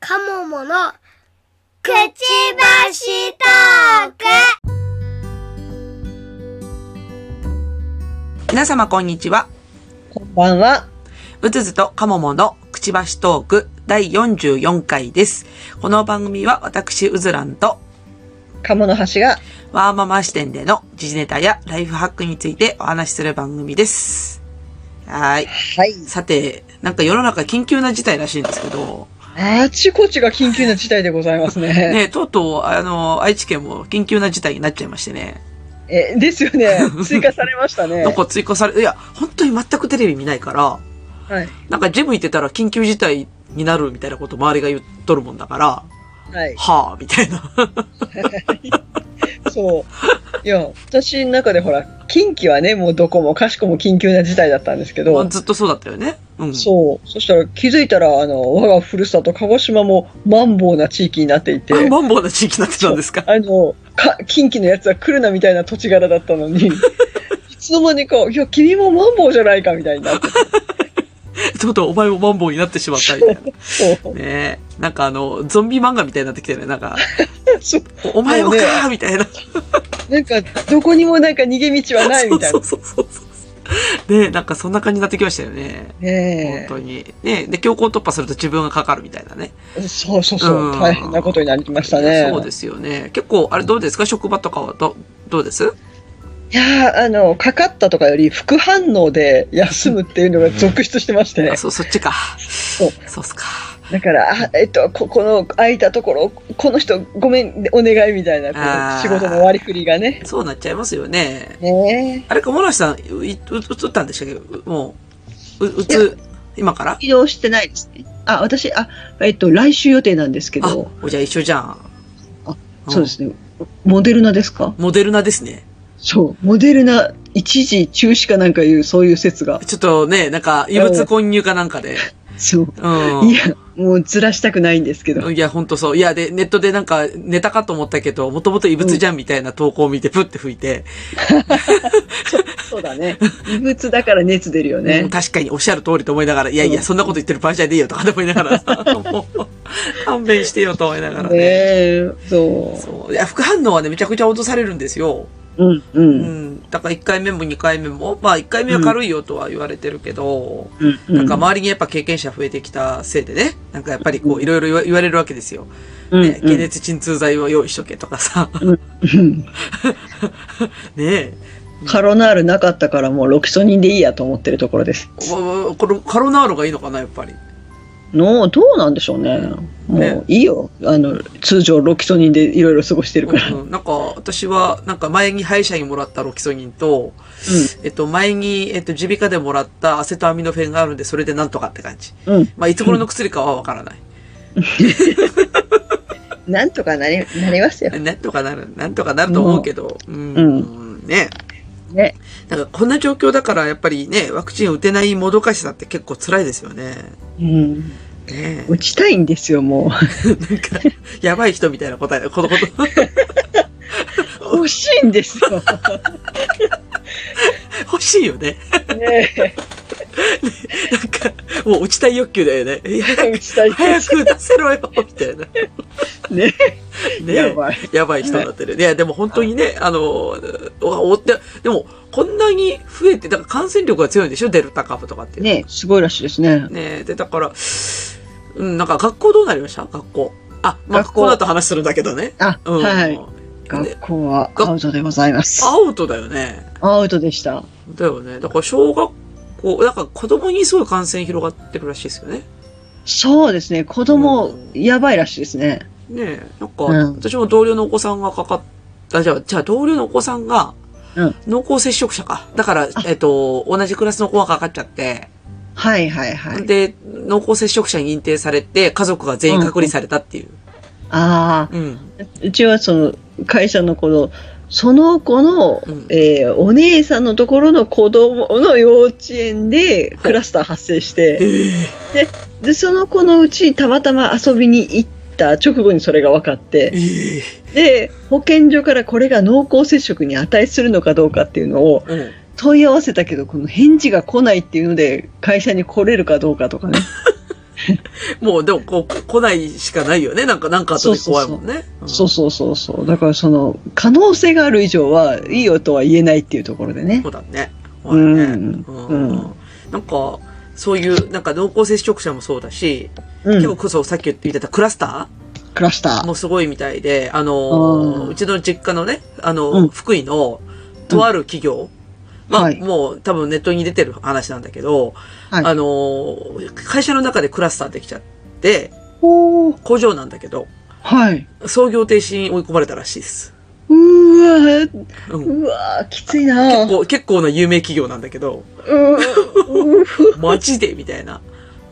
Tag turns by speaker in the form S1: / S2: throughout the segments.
S1: カモモのくちばしトーク
S2: 皆様こんにちは。
S3: こんばんは。
S2: うつずとかもものくちばしトーク第44回です。この番組は私うずらんと
S3: 鴨の橋が
S2: ワーママ視点での時事ネタやライフハックについてお話しする番組です。はーい。
S3: はい。
S2: さて、なんか世の中緊急な事態らしいんですけど、
S3: あちこちが緊急な事態でございますね。
S2: ね、とうとう、あの、愛知県も緊急な事態になっちゃいましてね。
S3: え、ですよね。追加されましたね
S2: なん。か追加され、いや、本当に全くテレビ見ないから、
S3: はい。
S2: なんかジム行ってたら緊急事態になるみたいなこと周りが言っとるもんだから、
S3: はい。
S2: はぁ、みたいな。
S3: そう。いや、私の中でほら、近畿はね、もうどこもかしこも緊急な事態だったんですけ
S2: まあ
S3: ど、
S2: ずっとそうだったよね。うん。
S3: そう。そしたら気づいたら、あの、我がふるさと、鹿児島もマンボウな地域になっていて、
S2: あ マンボウな地域になってたんですか
S3: あの、か、近畿のやつは来るなみたいな土地柄だったの に、いつの間にか、いや、君もマンボウじゃないかみたいになって、
S2: ちょっとお前もマンボウになってしまったみたいな。ね
S3: そう。
S2: え。なんかあの、ゾンビ漫画みたいになってきてね。なんか、
S3: そう
S2: お前もか
S3: も
S2: ーみたいな。
S3: なんか、どこにもなんか逃げ道はないみたい
S2: そ
S3: な
S2: う。そうそうそう。ねえ、なんかそんな感じになってきましたよね。本
S3: ね
S2: 当に。ねえ、で、強行突破すると自分がかかるみたいなね。
S3: え。そうそうそう。
S2: うん
S3: 大変なことになりましたね。
S2: そうですよね。結構、あれどうですか職場とかはど、どうです
S3: いやーあの、かかったとかより、副反応で休むっていうのが続出してまして
S2: あ、。そ、そっちか。
S3: そう
S2: そうっすか。
S3: だから、あえっと、ここの空いたところ、この人ごめん、お願いみたいな
S2: あー
S3: こう、仕事の割り振りがね。
S2: そうなっちゃいますよね。
S3: ねえ。
S2: あれか、もなしさん、う、う、うつったんでしたっけうもう、う、うつ、今から
S3: 移動してないですね。あ、私、あ、えっと、来週予定なんですけ
S2: あ、おじゃあ一緒じゃん。
S3: あ
S2: ん
S3: すね。モデルナですか
S2: モデルナですね。
S3: そう。モデルナ、一時中止かなんかいう、そういう説が。
S2: ちょっとね、なんか、異物混入かなんかで。
S3: そう。
S2: う
S3: いや、もうずらしたくないんですけど。
S2: ん。いや、ほんとそう。いや、で、ネットでなんか、ネタかと思ったけど、もともと異物じゃんみたいな投稿を見て、プって吹いて、
S3: そうだね。異物だから熱出るよ
S2: う
S3: ね
S2: ん。確かにおっしゃる通りと思いながら、いやいや、
S3: うん
S2: そんなこと言ってる場合じゃねえよとかと思いながらさ、 もう勘弁してよと思いながら
S3: ね
S2: ね。
S3: え、そ
S2: そう。いや、副反応はね、めちゃくちゃ脅されるんですよ。
S3: う。うん、う。
S2: うんん。だから1回目も2回目も、まあ1回目は軽いよとは言われてるけど、
S3: うん、う
S2: なんか周りにやっぱ経験者増えてきたせいでね、なんかやっぱりこういろいろ言わ言われるわけですよ。
S3: うん
S2: ね、解熱鎮痛剤を用意しとけとかさ、
S3: うん
S2: ねえ。
S3: カロナールなかったからもうロキソニンでいいやと思ってるところです。
S2: おおこれカロナールがいいのかな、やっぱり。
S3: の、どうなんでしょうね。も
S2: ね
S3: ういいよ。あの、通常ロキソニンでいろいろ過ごしてるから。うん
S2: うん、なんか私は、なんか前に歯医者にもらったロキソニンと、えっと、前に、えっと、耳鼻科でもらったアセトアミノフェンがあるんで、それでなんとかって感じ。。
S3: うん。
S2: まあ、いつ頃の薬かはわからない。
S3: なんとかなり、なりますよ。
S2: なんとかなる、なんとかなると思うけど、うん、
S3: うん
S2: うんね。
S3: ね。
S2: なんかこんな状況だから、やっぱりね、ワクチンを打てないもどかしさって結構辛いですよね。
S3: うん。
S2: ね
S3: 打ちたいんですよ、も
S2: なんか、やばい人みたいな答え、このこと、
S3: う。欲しいんですよ。
S2: 欲しいよね。
S3: ね
S2: なんか、もう打ちたい欲求だよね。いや
S3: え。打ちたいで
S2: 早
S3: す。
S2: く出せろよみたいな。
S3: ね
S2: ね
S3: やばい。
S2: やばい人になってる。いや、でも本当にね、あの、おおって、でも、こんなに増えて、だから感染力が強いんでしょデルタ株とかっていうの
S3: ねえすごいらしいですね。
S2: ねえで、だから、うん、なんか学校どうなりました学校。あ、まあ、学
S3: 学校
S2: 校だと話するんだけどね。
S3: あ、
S2: うん。
S3: はい。
S2: で
S3: 学校はアウトでございます。
S2: アウトだよね。
S3: アウトでした。
S2: だよね。だから小学校、だから子供にすごい感染広がってるらしいですよね。
S3: そうですね。子供
S2: う、ん
S3: やばいらしいですね。
S2: ねえ、なんか、
S3: うん
S2: 私も同僚のお子さんがかかった、じゃあ、じゃあ同僚のお子さんが
S3: うん、
S2: 濃厚接触者か。だから、えっと、同じクラスの子がかかっちゃって、
S3: はいはいはい。
S2: で、濃厚接触者に認定されて、家族が全員隔離されたっていう。
S3: ああ、
S2: うん。
S3: うちはその、会社の子の、その子の、
S2: うん
S3: えーお姉さんのところの子供の幼稚園でクラスター発生して、
S2: ええ
S3: で、その子のうちたまたま遊びに行った直後にそれが分かって、
S2: ええ
S3: で、保健所からこれが濃厚接触に値するのかどうかっていうのを
S2: うん。
S3: 問い合わせたけど、この返事が来ないっていうので、会社に来れるかどうかとかね。
S2: もうでもこう、来ないしかないよね。なんか、なんかあった時怖いもんね。
S3: そううそうそうそう。だからその、可能性がある以上は、いいよとは言えないっていうところで
S2: ん
S3: ね
S2: そ。うだね。怖いね。
S3: うんうん
S2: なんか、そういう、なんか濃厚接触者もそうだし、
S3: う
S2: 結構
S3: ん。
S2: こそさっき言っていたクラスタ
S3: クラスタ
S2: ー
S3: ー。
S2: もすごいみたいで、あの
S3: う
S2: ー、
S3: ん
S2: うちの実家のね、あの、
S3: うん
S2: 福井の、とある企業、まあ、
S3: はい
S2: もう多分ネットに出てる話なんだけど、
S3: はい
S2: あのー、会社の中でクラスターできちゃって、
S3: おー
S2: 工場なんだけど、
S3: はい。
S2: 創業停止に追い込まれたらしいです。
S3: うーわ
S2: うん
S3: うわきついな
S2: 結
S3: ぁ。
S2: 構、結構な有名企業なんだけど、
S3: うーうー
S2: マジでみたいな。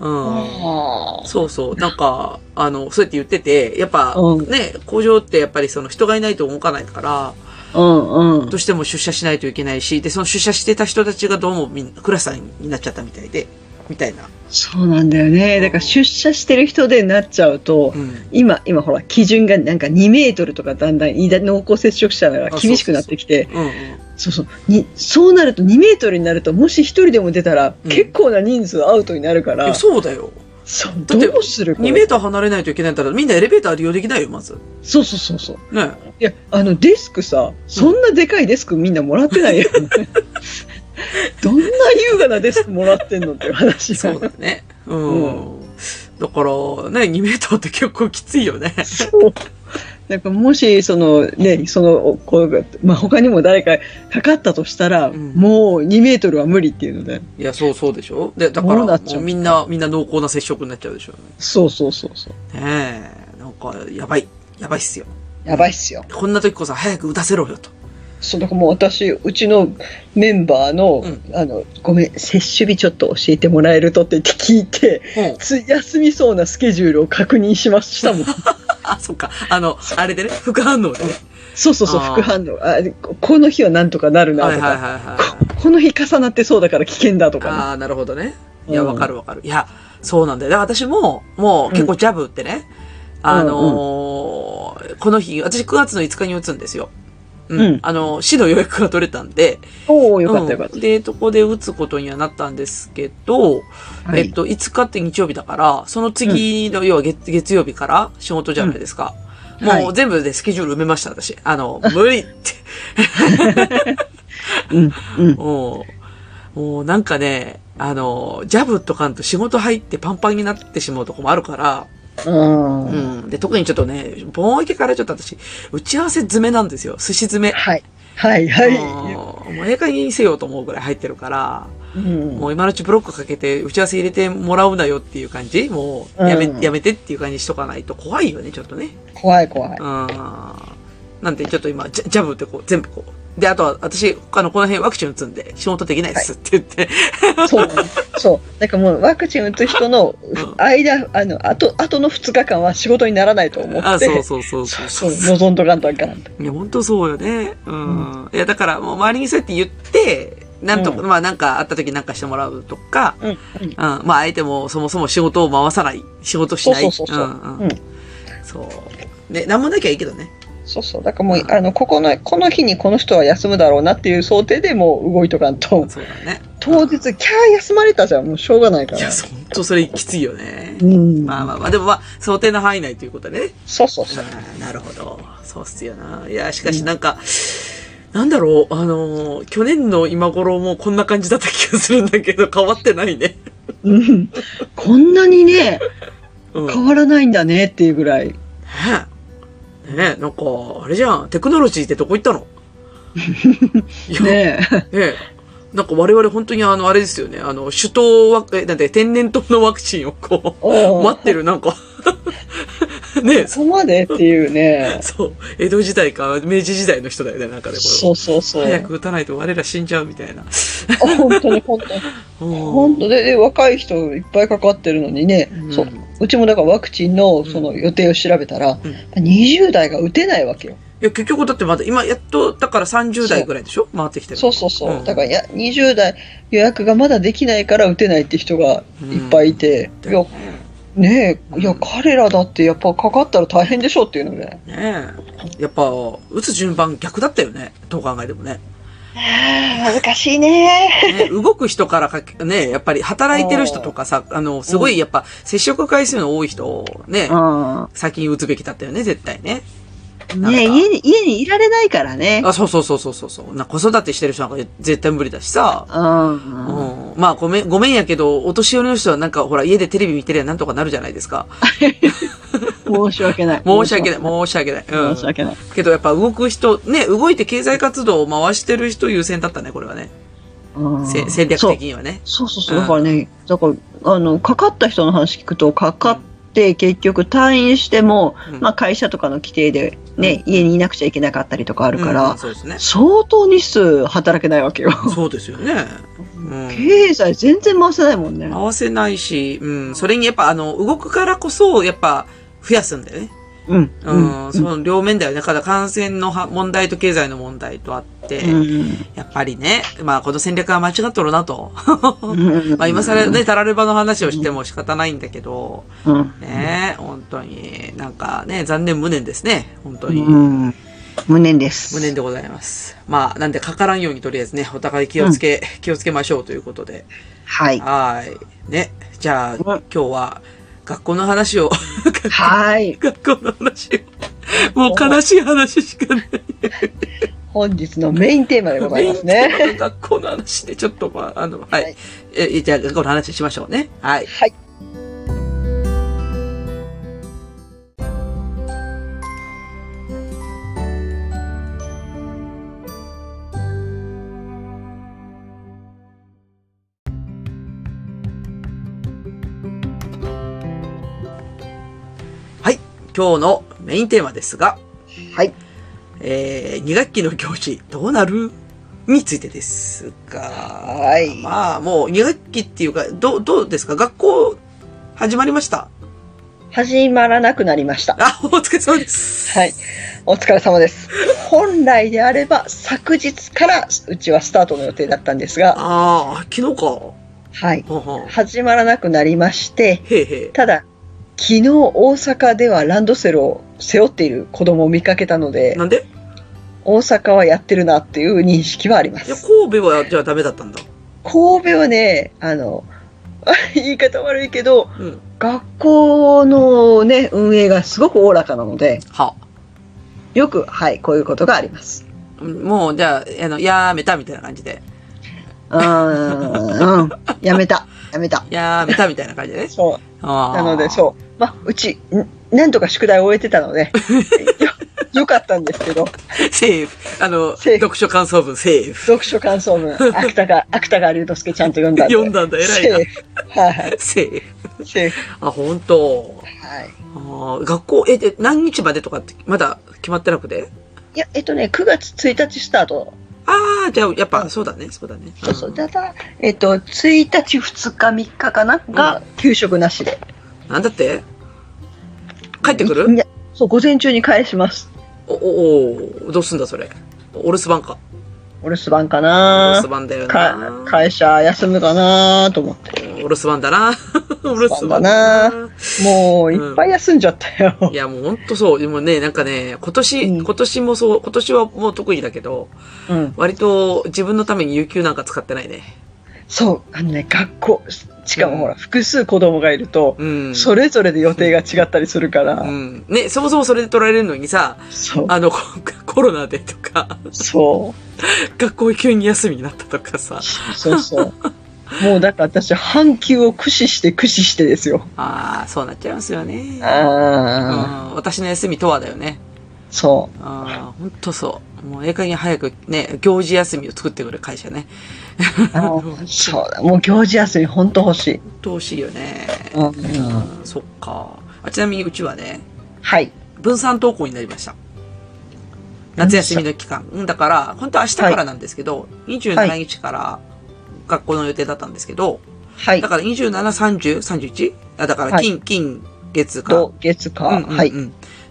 S2: うん。
S3: あ
S2: そうそう。なんか、あの、そうやって言ってて、やっぱ、
S3: うん
S2: ね、工場ってやっぱりその人がいないと動かないから、
S3: ーうんうん
S2: ど。うしても出社しないといけないし、で、その出社してた人たちがどうもみんな、クラスさんになっちゃったみたいで、みたいな。
S3: そうなんだよね。だから出社してる人でなっちゃうと
S2: う、ん。
S3: 今、今ほら、基準がなんか2メートルとかだんだんいだ濃厚接触者が厳しくなってきて、
S2: うん、うん。
S3: そうそうに、そうなると2メートルになると、もし1人でも出たら、
S2: うん
S3: 結構な人数アウトになるか
S2: いや
S3: ら、
S2: そうだよ。
S3: そう、
S2: だって
S3: どうするこ
S2: 2メ
S3: れ
S2: ーター離れないといけないんだったら、みんなエレベーター利用できないよ、まず。
S3: そうそうそうそう。
S2: ね。
S3: いや、あの、デスクさ、そんなでかいデスクみんなもらってないよ。どんな優雅なデスクもらってんのっていう話
S2: そうだ ね。うん。だから、ね、2メーターって結構きついよね。
S3: そう。なんかもし、そのね、その、こうまあ、他にも誰かかかったとしたら、
S2: うん
S3: もう2メートルは無理っていうので。
S2: いや、そうそうでしょで、だから、
S3: どう
S2: も
S3: なっちゃう
S2: うみんな、みんな濃厚な接触になっちゃうでしょ
S3: そうそうそうそう。
S2: うね。ねえ。なんか、やばい。やばいっすよ。
S3: やばいっすよ。
S2: こんな時こそ早く打たせろよと。
S3: そう、だからもう私、うちのメンバーの、
S2: う
S3: あの、ごめん、接種日ちょっと教えてもらえるとって言って聞いて、
S2: うん。
S3: つ休みそうなスケジュールを確認しました もん。
S2: あ、そっか。あの、あれでね、副反応でね。
S3: そうそうそう、
S2: あー
S3: 副反応。あこの日はなんとかなるな
S2: は
S3: と
S2: い
S3: か、
S2: はいはいはい。
S3: こ、この日重なってそうだから危険だとかね、
S2: ああ、なるほどね。いや、
S3: うん
S2: わかるわかる。いや、そうなんだよ。だから私も、もう結構ジャブ打ってね。あのーこの日、私9月の5日に打つんですよ。うん。
S3: うん
S2: あの、市の予約が取れたんで。
S3: おおよかったよかっ
S2: う
S3: た
S2: ん。で、とこで打つことにはなったんですけど、
S3: は
S2: え
S3: い
S2: っと、5日って日曜日だから、その次の、要は月月曜日から仕事じゃないですか。
S3: うんはい
S2: もう全部でスケジュール埋めました、私。あ の、無理って。
S3: うん、うん。
S2: もう、もうなんかね、あの、ジャブとかんと仕事入ってパンパンになってしまうとこもあるから、
S3: うん
S2: うん。で、特にちょっとね、盆明けからちょっと私、打ち合わせ詰めなんですよ。寿司詰め。
S3: はい。はい、は
S2: うんもうええ加減にせよと思うぐらい入ってるから、
S3: い。うん
S2: もう今のうちブロックかけて打ち合わせ入れてもらうなよっていう感じもうやめ、
S3: うん
S2: やめてっていう感じにしとかないと怖いよね、ちょっとね。
S3: 怖い、怖い。
S2: うん。なんでちょっと今、ジャジャブってこう、全部こう。で、あとは私、あの、この辺ワクチン打つんで仕事できないですって言って、
S3: そうなの。そう。なんかもうワクチン打つ人の
S2: ん
S3: 間、あの、あと、あとの2日間は仕事にならないと思って。
S2: あ、そうそうそう
S3: そ
S2: そうう
S3: そう望んどかんとあかんと。
S2: いや、本当そうよね。うん。いや、だから、もう周りにそうやって言って、なんとか、
S3: う
S2: まあなんかあった時なんかしてもらうとか、
S3: うん、うん。
S2: うん。まあ相手もそもそも仕事を回さない。仕事しない。
S3: そうそうそうそうん
S2: うん。
S3: うん
S2: そう。ね、なんもなきゃいいけどね。
S3: そうそう。だからもう、あの、ここの、この日にこの人は休むだろうなっていう想定でもう動いとかんと。
S2: そうだね。
S3: 当日、キャー休まれたじゃん。もうしょうがないか
S2: いや、
S3: ら。
S2: そう本当それきついよね。
S3: うん。
S2: まあまあまあ、でもまあ、想定の範囲内ということでね。
S3: そうそうそう。
S2: あーなるほど。そうっすよな。いや、しかしなんか、なんだろう、あのー去年の今頃もこんな感じだった気がするんだけど、変わってないね。
S3: うん。こんなにね、
S2: うん。ね
S3: 変わらないんだねっていうぐらい。
S2: え。ねえ、なんか、あれじゃん、テクノロジーってどこ行 ったのいや、ね
S3: ね
S2: え。なんか我々本当にあの、あれですよね、あの、首都ワク、え、なんて、天然痘のワクチンをこう、
S3: お ー
S2: 待ってる、なんか。ねえ、
S3: そこまでっていうね。
S2: そう。江戸時代か、明治時代の人だよね、なんかね、これ。
S3: そうそうそう。
S2: 早く打たないと我ら死んじゃうみたいな。
S3: あ本当に本当に。
S2: うん
S3: 本当で、で若い人いっぱいかかってるのにね、
S2: うん
S3: そううちもだからワクチンの
S2: ん
S3: その予定を調べたら、
S2: うん
S3: 20代が打てないわけよ。
S2: いや、結局だってまだ、今、やっと、だから30代ぐらいでしょ回ってきてる。
S3: そうそうそう。
S2: ん
S3: だからいや20代予約がまだできないから打てないって人がいっぱいいて、
S2: うん
S3: いや、ねえ、いや
S2: うん
S3: 彼らだってやっぱかかったら大変でしょっていうので、ね。
S2: ねえ。やっぱ、打つ順番逆だったよね。どう考えてもね。
S4: あー難しいね。
S2: ね、 動く人からかけ、ね、やっぱり働いてる人とかさ、あの、すごいやっぱ接触回数の多い人、ね、
S3: あ
S2: 最近打つべきだったよね、絶対ね。
S3: あ。
S2: なんか
S3: ね家に、家にいられないからね。
S2: あ、そうそうそうそうそうそう。な子育てしてる人なんか絶対無理だしさ。
S3: あ
S2: うん、まあ、ごめん、ごめんやけど、お年寄りの人はなんか、ほら、家でテレビ見てりゃなんとかなるじゃないですか。
S3: あ。申し訳ない。
S2: 申し訳ない、申し訳ない。うん。
S3: 申し訳ない。
S2: けど、やっぱ動く人、ね、動いて経済活動を回してる人優先だったね、これはね。
S3: うん
S2: せ戦略
S3: そう
S2: 的にはね。
S3: そうそう
S2: う
S3: そう。
S2: ん
S3: だからね、だから、あの、かかった人の話聞くと、かかって結局退院しても、
S2: うん
S3: まあ会社とかの規定でね、家にいなくちゃいけなかったりとかあるか
S2: う
S3: ら
S2: ん、そうですね。
S3: 相当日数働けないわけよ。
S2: そうですよね。うん。
S3: 経済全然回せないもんね。
S2: 合わせないし、うん。それにやっぱ、あの、動くからこそ、やっぱ、増やすんだよね。
S3: うん。
S2: うん。
S3: うん
S2: その両面だよね。だから感染のは問題と経済の問題とあって、
S3: うん
S2: やっぱりね、まあ、この戦略は間違っとるなと。
S3: うん
S2: まあ今更ね、タラレバの話をしても仕方ないんだけど、
S3: うん
S2: ねえ、本当に、なんかね、残念無念ですね。本当
S3: う
S2: に。
S3: ん。無念です。
S2: 無念でございます。まあ、なんでかからんようにとりあえずね、お互い気をつけ、気をつけましょうということで。
S3: はい。
S2: はーい。ね。じゃあ、今日は、学校の話を、
S3: はい。
S2: 学校の話を、もう悲しい話しかない。
S3: 本日のメインテーマでございますね。
S2: メインテーマの 学校の話で、ちょっとまあ、あの、はい。
S3: はい
S2: え、じゃあ、学校の話しましょうね。はい。
S3: はい。
S2: はい。今日のメインテーマですが、
S3: はい。
S2: えー、2学期の教師、どうなるについてですが、
S3: はい
S2: まあ、もう2学期っていうか、どう、どうですか学校、始まりました
S3: 始まらなくなりました。
S2: あ、お疲れ様です。
S3: はい。お疲れ様です。本来であれば、昨日からうちはスタートの予定だったんですが、
S2: ああ、昨日か。は
S3: はい。
S2: あはあ
S3: 始まらなくなりまして、
S2: へえへえ。
S3: ただ、昨日大阪ではランドセルを背負っている子供を見かけたので、
S2: なんで
S3: 大阪はやってるなっていう認識はありま
S2: いや、
S3: す。
S2: 神戸はじゃあダメだったんだ。
S3: 神戸はね、あの、 言い方悪いけど、
S2: うん。
S3: 学校のね、運営がすごくおおらかなので、
S2: は
S3: よく、はい、こういうことがあります。
S2: あもう、じゃあ、あの、やめたみたいな感じで。
S3: うーん、うん、やめた、やめた。
S2: やめたみたいな感 じでね。
S3: そう。
S2: あ
S3: なので、
S2: う。
S3: そう。まあ、うち、んなんとか宿題を終えてたの で、よよかったんですけど、
S2: セーフ。あの、
S3: セーフ
S2: 読書感想文、セーフ。
S3: 読書感想文、芥川、芥川龍之介ちゃんと読んだんで。
S2: 読んだんだ、偉い
S3: セーフ。はいはい
S2: な。セーフ。
S3: セーフ。
S2: あ、本当。
S3: はい。
S2: あー学校、え、で、何日までとかって、まだ決まってなくて
S3: いや、えっとね、9月1日スタート。
S2: ああ、じゃあ、やっぱ、そうだね、そうだね。
S3: そうそう。
S2: ん
S3: ただ、えっと、1日、2日、3日かなが、給食なしで。
S2: なんだって帰ってく
S3: い
S2: る
S3: やそう、午前中に返します。
S2: お、お、お、どうすんだ、それ。お留守番か。
S3: お留守番か
S2: お留
S3: な
S2: 守番だよ
S3: か
S2: な。
S3: 会社休むかなと思って。
S2: お留守番だな。 お留守
S3: 番だ
S2: 番だ
S3: な
S2: な。
S3: もう、いっぱい休んじゃったよ。
S2: いや、もうほんとそう。でもね、なんかね、今年、
S3: うん
S2: 今年もそう、今年はもう特にだけど、
S3: うん。
S2: 割と自分のために有給なんか使ってないね。
S3: そう、あのね、学校、しか
S2: う
S3: も
S2: ん
S3: ほら、複数子供がいると、
S2: うん。
S3: それぞれで予定が違ったりするから、
S2: うん。ね、そもそもそれで取られるのにさ、
S3: そう、
S2: あの、 こコロナでとか、
S3: そ
S2: 学校急に休みになったとかさ
S3: う、。そう そう。もうだから私、半休を駆使して駆使してですよ。
S2: ああ、そうなっちゃいますよね。う
S3: ああ、
S2: ん、私の休みとはだよね。
S3: そ
S2: ああ、ほんとそう。もうええ加減早くね、行事休みを作ってくる会社ね。
S3: う。あのそうだ、もう行事休みほんと欲しい。
S2: ほんと欲しいよね。
S3: うん
S2: うんそっか。あちなみにうちはね、
S3: はい。
S2: 分散登校になりました。夏休みの期間。うんだから、本当は明日からなんですけど、27日から学校の予定だったんですけど、
S3: はい
S2: だ。から27、30、31? あ、だから
S3: はい
S2: 金、金、月か。
S3: 土月火、
S2: うんうんうん
S3: はい。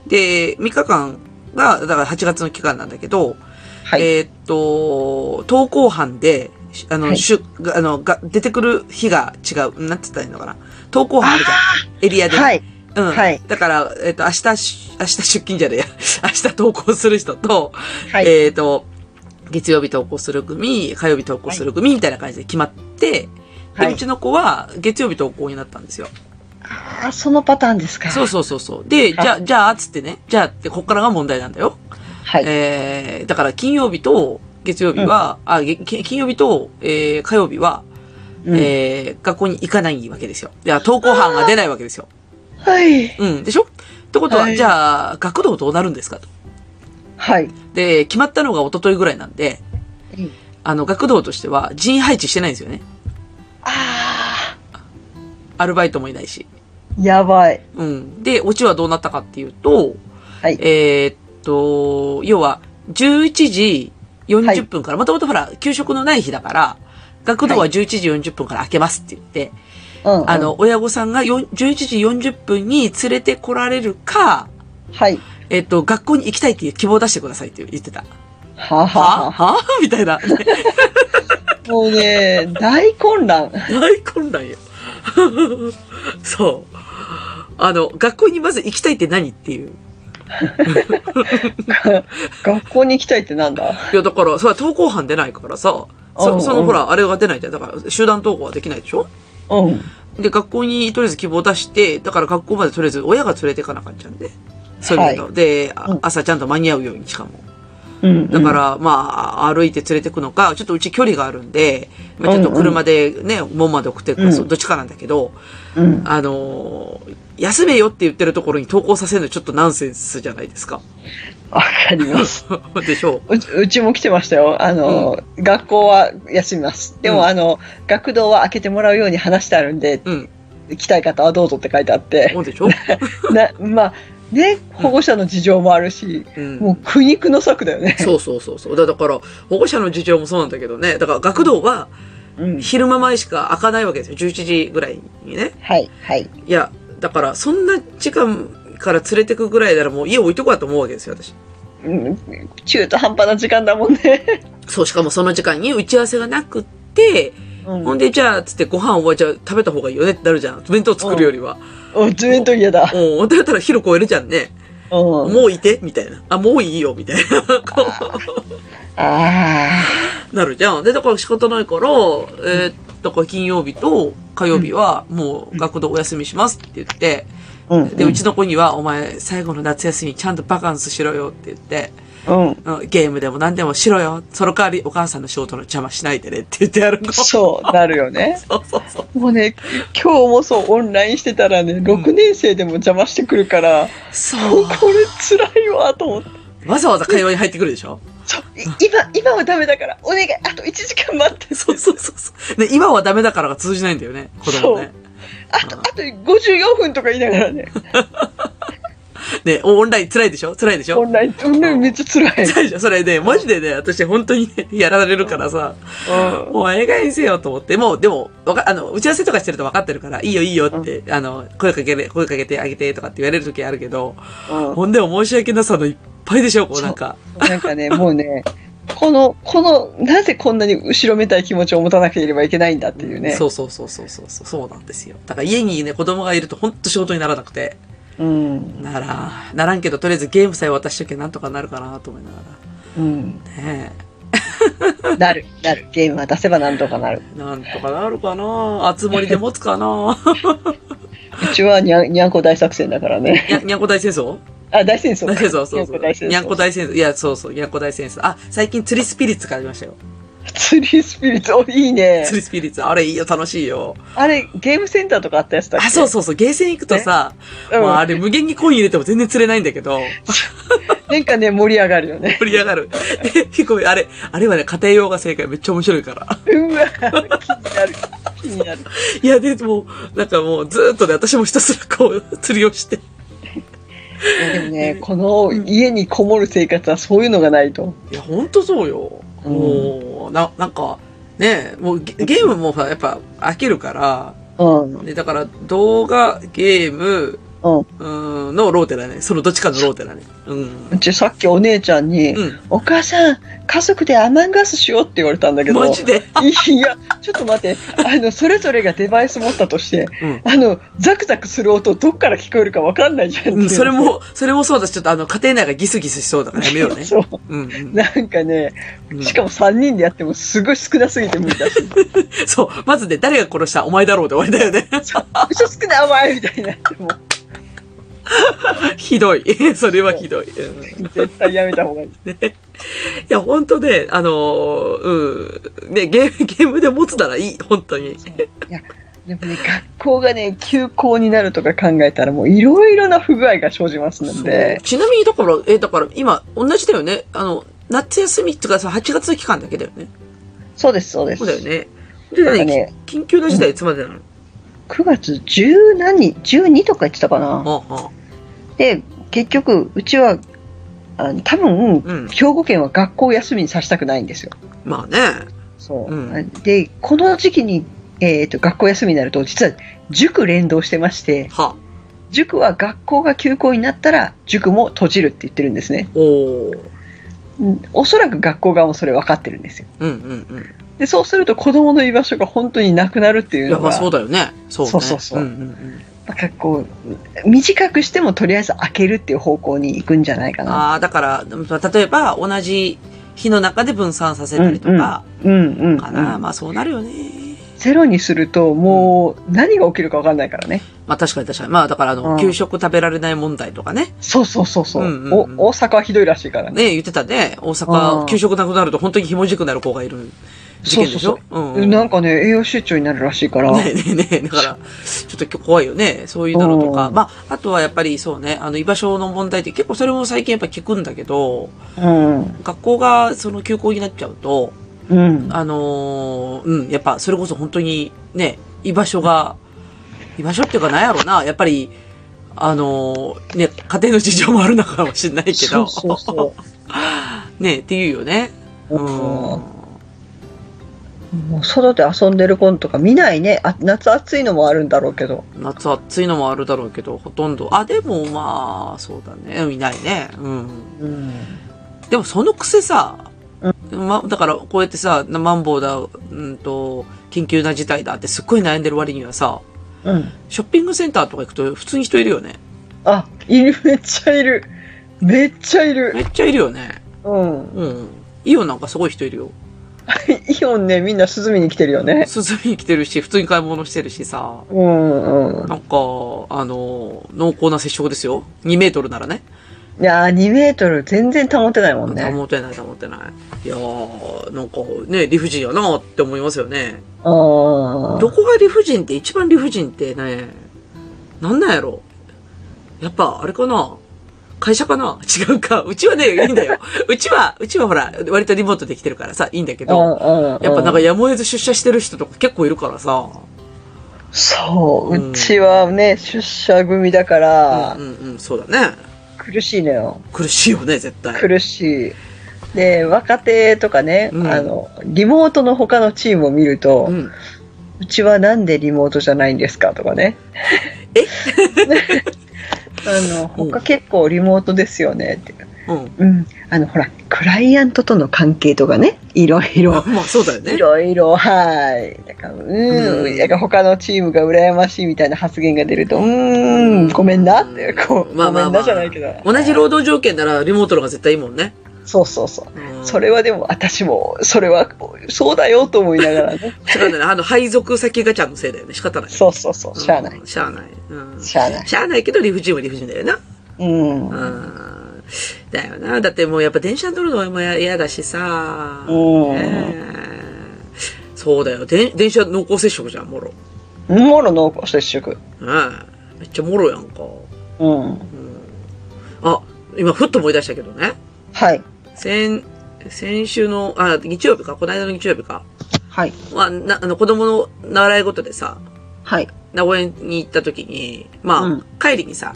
S2: で、3日間が、だから8月の期間なんだけど、
S3: はい。
S2: えーっと、登校班で、しあの、
S3: はい
S2: しゅ、があの、が、出てくる日が違う、なんて言ったらいいのかな。登校班あるじゃん。エリアで。
S3: はい。
S2: うん。
S3: はい
S2: だから、えっ、と、明 日し、明日出勤じゃねえや。明日登校する人と、
S3: はい。
S2: えっ、と、月曜日投稿する組、火曜日投稿する組みたいな感じで決まって、
S3: は
S2: で、
S3: いう
S2: ちの子は月曜日投稿になったんですよ。
S3: ああ、そのパターンですか。
S2: そうそうそうそう。 で、じゃあ、じゃあ、つってね。じゃあって、こっからが問題なんだよ。
S3: はい。
S2: えー、だから金曜日と月曜日は、あ、げき金曜日と、えー、火曜日は、
S3: うん
S2: えー、学校に行かないわけですよ。いや、登校班が出ないわけですよ。
S4: はい。
S2: うん。でしょってことは、
S3: はい
S2: じゃあ、学童どうなるんですかと。
S3: はい。
S2: で、決まったのが一昨日ぐらいなんで、
S3: うん
S2: あの、学童としては人員配置してないんですよね。
S4: あ
S2: アルバイトもいないし。
S3: やばい。
S2: うん。で、オチはどうなったかっていうと、
S3: はい
S2: えーっと、要は、11時40分から、もともとほら、給食のない日だから、学童は
S3: は
S2: 11時40分から開けますって言って、
S3: うんうん
S2: あ、の、親御さんがよん11時40分に連れてこられるか、
S3: はい。
S2: えーっと、学校に行きたいっていう希望を出してくださいって言ってた。
S3: はあはあ
S2: は
S3: は
S2: は みたいな。ね
S3: あもうね、大混乱。
S2: 大混乱よ。 そう。あの、学校にまず行きたいって何っていう。
S3: 学校に行きたいってなんだ
S2: いや、だから、それは登校班出ないからさ、
S3: うんう
S2: そ
S3: ん
S2: そのほら、あれが出ないじゃん。だから、集団登校はできないでしょ
S3: うん。
S2: で、学校にとりあえず希望を出して、だから学校までとりあえず親が連れていかなかったんで。そういうの。で、あ
S3: うん
S2: 朝ちゃんと間に合うようにしかも。
S3: うん。
S2: だから、まあ、歩いて連れてくのか、ちょっとうち距離があるんで、まあ、ちょっと車でね、門まで送ってくる、
S3: うん
S2: そうどっちかなんだけど、
S3: うん、
S2: あのー休めよって言ってるところに登校させるのちょっとナンセンスじゃないですか。
S3: わかります。
S2: でしょう。
S3: うちうちも来てましたよ。あの、学校は休みます。で
S2: う
S3: も、
S2: ん
S3: あの、学童は開けてもらうように話してあるんで、
S2: うん。
S3: 来たい方はどうぞって書いてあって、
S2: 思うでしょ
S3: なまあ、ね、保護者の事情もあるし、
S2: うん。
S3: もう苦肉の策だよね。
S2: そうそうそうそう。だだから、保護者の事情もそうなんだけどね。だから、学童は
S3: うん。
S2: 昼間前しか開かないわけですよ。11時ぐらいにね。
S3: はい、はい。
S2: いや、だから、そんな時間から連れてくぐらいならもう家置いとこうと思うわけですよ、私。
S3: うん、中途半端な時間だもんね。
S2: そう、しかもその時間に打ち合わせがなくって、
S3: うん
S2: ほんで、じゃあ、つってご飯をじゃあ食べた方がいいよねってなるじゃん。弁当作るよりは。
S3: お、ずーっと嫌だ。
S2: うん、だったら昼超えるじゃんね。
S3: うん。
S2: もういてみたいな。あ、もういいよみたいな。こう
S3: あ
S2: なるじゃん。で、だから仕方ないから、えー、だから金曜日と火曜日はもう学童お休みしますって言って、
S3: あ。うん。
S2: で、うちの子には、お前最後の夏休みちゃんとバカンスしろよって言って、
S3: うん。
S2: うんゲームでも何でもしろよ。その代わりお母さんの仕事の邪魔しないでねって言ってやるの。そう
S3: そう、なるよね。
S2: そうそう。
S3: もうね、今日もそう、オンラインしてたらね、6年生でも邪魔してくるから、
S2: そう。
S3: これ辛いわ、と思って。
S2: わざわざ会話に入ってくるでしょ
S3: そう、い今、今はダメだから、お願い、あと1時間待って。
S2: そうそうそうそう。で、今はダメだからが通じないんだよね、子供ね。
S3: あと、あと54分とか言いながらね、
S2: ね、オンライン辛いでしょ辛いでし
S3: オ
S2: ょ
S3: ンライン、オンラインめっちゃ辛い。
S2: 辛いでしょそれね、マジでね、私本当にね、やられるからさ。
S3: うん
S2: もう映画にせよと思って、もう、でも、わか、あの、打ち合わせとかしてると分かってるから、いいよいいよって、あの、声かけれ、声かけてあげてとかって言われる時あるけど、
S3: うん
S2: ほんでも申し訳なさのいっぱいでしょ、こう
S3: そう
S2: なんか。
S3: なんかね、もうね、この、この、なぜこんなに後ろめたい気持ちを持たなければいけないんだっていうね。
S2: そうそうそうそうそう、そうなんですよ。だから家にね、子供がいるとほんと仕事にならなくて、
S3: うん。
S2: なら、ならんけど、とりあえずゲームさえ渡しときゃなんとかなるかなと思いなが
S3: うん。
S2: ら。ね
S3: なる、なる。ゲームは出せばなんとかなる。
S2: え。なんとかなるかなあつ森で持つか な
S3: うちはにゃん、にゃんこ大作戦だからね。
S2: にゃにゃんこ大戦争
S3: あ、大戦争
S2: 大
S3: か。
S2: 戦争そうそう。に
S3: に
S2: ゃ
S3: ゃ
S2: ん
S3: ん
S2: こ
S3: こ
S2: 大戦争。いや、そうそう。にゃんこ大戦争。あ、最近釣りスピリッツ買いましたよ。
S3: 釣りスピリッツ、おいいね
S2: 釣。りスピリッツ、あれいいよ、楽しいよ。
S3: あれ、ゲームセンターとかあったやつだっけ
S2: あ、そうそうそう、ゲーセン行くとさ、
S3: うん
S2: まああれ無限にコイン入れても全然釣れないんだけど、
S3: なんかね、盛り上がるよね。
S2: 盛り上がる。 で、結構、あれ、あれはね、家庭用が正解、めっちゃ面白いから。
S3: うわ、気になる。気になる。
S2: いや、でもう、なんかもうずーっとね、私もひたすらこう、 釣りをして。
S3: でもね、この家にこもる生活はそういうのがないと。
S2: いや、ほんとそうよ。
S3: うん
S2: もう、な、なんか、ねもうゲゲームもさ、やっぱ飽きるから、
S3: うん。
S2: ね、だから動画、ゲーム、
S3: うん。
S2: うん、のローテだね。そのどっちかのローテだね。うん
S3: う。ちさっきお姉ちゃんに、
S2: うん。
S3: お母さん、家族でアマンガスしようって言われたんだけど。
S2: マジで
S3: いや、ちょっと待って、あの、それぞれがデバイス持ったとして、
S2: うん
S3: あの、ザクザクする音、どっから聞こえるかわかんないじゃんっていう
S2: うん、それ。も、それもそうだし、ちょっとあの、家庭内がギスギスしそうだからやめよ うね。
S3: そう。
S2: うん、うん
S3: なんかね、
S2: うん。
S3: しかも3人でやってもすごい少なすぎて無理だし、
S2: そう。まずね、誰が殺したお前だろうで終わりだよね。
S3: 嘘少ない甘いみたいになっても、
S2: ひどい。 それはひどい。うん
S3: 絶対やめた方がいい。
S2: いや、ほんとね、あのーうん。ね、ゲーム、ゲームで持つならいい。本当に。
S3: いや、でもね、学校がね、休校になるとか考えたらもういろいろな不具合が生じますので、
S2: ちなみに、だから、え、だから今、同じだよね。あの、夏休みっていうかさ、8月の期間だけだよね。
S3: そうです、そうで
S2: そ
S3: す。
S2: うだよね。で、
S3: なんか
S2: 何、
S3: ね、
S2: 緊急の事態いつまでなの、
S3: 9月10何、12とか言ってたかな。
S2: ああ
S3: で、結局、うちは、あの多分、
S2: うん
S3: 兵庫県は学校を休みにさせたくないんですよ。
S2: まあね。
S3: そう。
S2: う
S3: で、この時期に、えっ、と、学校休みになると、実は塾連動してまして、
S2: は。
S3: 塾は学校が休校になったら、塾も閉じるって言ってるんですね。
S2: おー。
S3: うんおそらく学校側もそれ分かってるんですよ。
S2: うんうんうん。
S3: で、そうすると子供の居場所が本当になくなるってい
S2: いうや、
S3: の
S2: ま
S3: が、
S2: あそうだよね。そうね。
S3: そうそうそうん
S2: んん
S3: なんかこう、短くしてもとりあえず開けるっていう方向に行くんじゃないかな。
S2: ああ、だから、まあ例えば同じ日の中で分散させたりとか、
S3: うんうん、うん。
S2: かな。まあそうなるよね。
S3: ゼロにするともう何が起きるか分かんないからね。
S2: まあ確かに確かに。まあだからあの、
S3: うん
S2: 給食食べられない問題とかね。
S3: そうそうそうそう、
S2: うんうんうん
S3: お。大阪はひどいらしいからね。
S2: ね言ってたね。大
S3: う
S2: 阪、
S3: ん
S2: 給食なくなると本当にひもじくなる子がいる事件でしょ
S3: そ
S2: う
S3: う
S2: んうん。
S3: なんかね、栄養失調になるらしいから。
S2: ねえねえねえ。だから、ちょっと今日怖いよね。そういうのとか。
S3: うん
S2: まあ、あとはやっぱりそうね、あの、居場所の問題って結構それも最近やっぱ聞くんだけど、
S3: うん。
S2: 学校がその休校になっちゃうと、
S3: うん。
S2: あのーうん、やっぱそれこそ本当にね、居場所 が、居場所っていうかなんやろうな、やっぱり、あのーね、家庭の事情もあるのかもしれないけど、
S3: そうそうそ
S2: ねっていうよね。
S3: う。
S2: うん。
S3: うんもう外で遊んでる子とか見ないね。あ夏暑いのもあるんだろうけど。
S2: 夏暑いのもあるだろうけど、ほとんど。あ、でもまあ、そうだね。うんいないね。うん。
S3: うん。
S2: でもそのくせさ、ま、だからこうやってさ、なマンボウだ、うんと、緊急な事態だってすっごい悩んでる割にはさ、
S3: うん。
S2: ショッピングセンターとか行くと普通に人いるよね。
S3: あ、いる、めっちゃいる。めっちゃいる。
S2: めっちゃいるよね。
S3: うん。
S2: うん。イオンなんかすごい人いるよ。
S3: イオンね、みんな涼みに来てるよね。
S2: 涼みに来てるし、普通に買い物してるしさ。
S3: うんうん。
S2: なんか、あの、濃厚な接触ですよ。2メートルならね。
S3: いやー、2メートル全然保てないもんね。
S2: 保てない保てない。いやー、なんかね、理不尽やなって思いますよね。
S3: あ
S2: どこが理不尽って、一番理不尽ってね、なんなんやろやっぱ、あれかな会社かな違うか。うちはね、いいんだよ。うちは、うちはほら、割とリモートできてるからさ、いいんだけ
S3: あ。
S2: ど、
S3: うんうん
S2: やっぱなんかやむを得ず出社してる人とか結構いるからさ。
S3: そう、
S2: うん
S3: うちはね、出社組だか
S2: う
S3: ら、
S2: んうんうん、そうだね。
S3: 苦しいのよ。
S2: 苦しいよね、絶対。
S3: 苦しい。で、若手とかね、
S2: うん
S3: あの、リモートの他のチームを見ると、
S2: う。
S3: うんちはなんでリモートじゃないんですかとかね。
S2: え
S3: あの、
S2: うん
S3: 他結構リモートですよねって。
S2: うん。
S3: うん。あの、ほら、クライアントとの関係とかね、いろいろ。
S2: まあ、そうだよね
S3: い。ろいろ、はい。なんか、うーん、
S2: うん
S3: なんか他のチームが羨ましいみたいな発言が出ると、うーん、ごめんなって、こう、
S2: まあまあ
S3: ごめん
S2: まあ
S3: なじゃないけど。
S2: 同じ労働条件ならリモートの方が絶対いいもんね。
S3: そうそうそう。
S2: うん
S3: それはでも私も、それは、そうだよと思いながらね。
S2: しょうがない。あの、配属先ガチャのせいだよね。仕方ない。
S3: そうそうそう、しゃあない。
S2: うんしゃあない。うん。し
S3: しゃあない。
S2: ゃあないけど、理不尽は理不尽だよな。
S3: うん。う。
S2: うんん。だよな。だってもうやっぱ電車に乗るのはもうや嫌だしさ。ねえそうだよ。で電車濃厚接触じゃん、もろ。
S3: もろ濃厚接触。
S2: うん。めっちゃもろやんか。
S3: うん。
S2: あ、今ふっと思い出したけどね。
S3: はい。
S2: 先、先週の、あ、日曜日か、この間の日曜日か。
S3: はい。
S2: まあ、な、あの、子供の習い事でさ、
S3: はい。
S2: 名古屋に行った時に、まあ、
S3: うん
S2: 帰りにさ、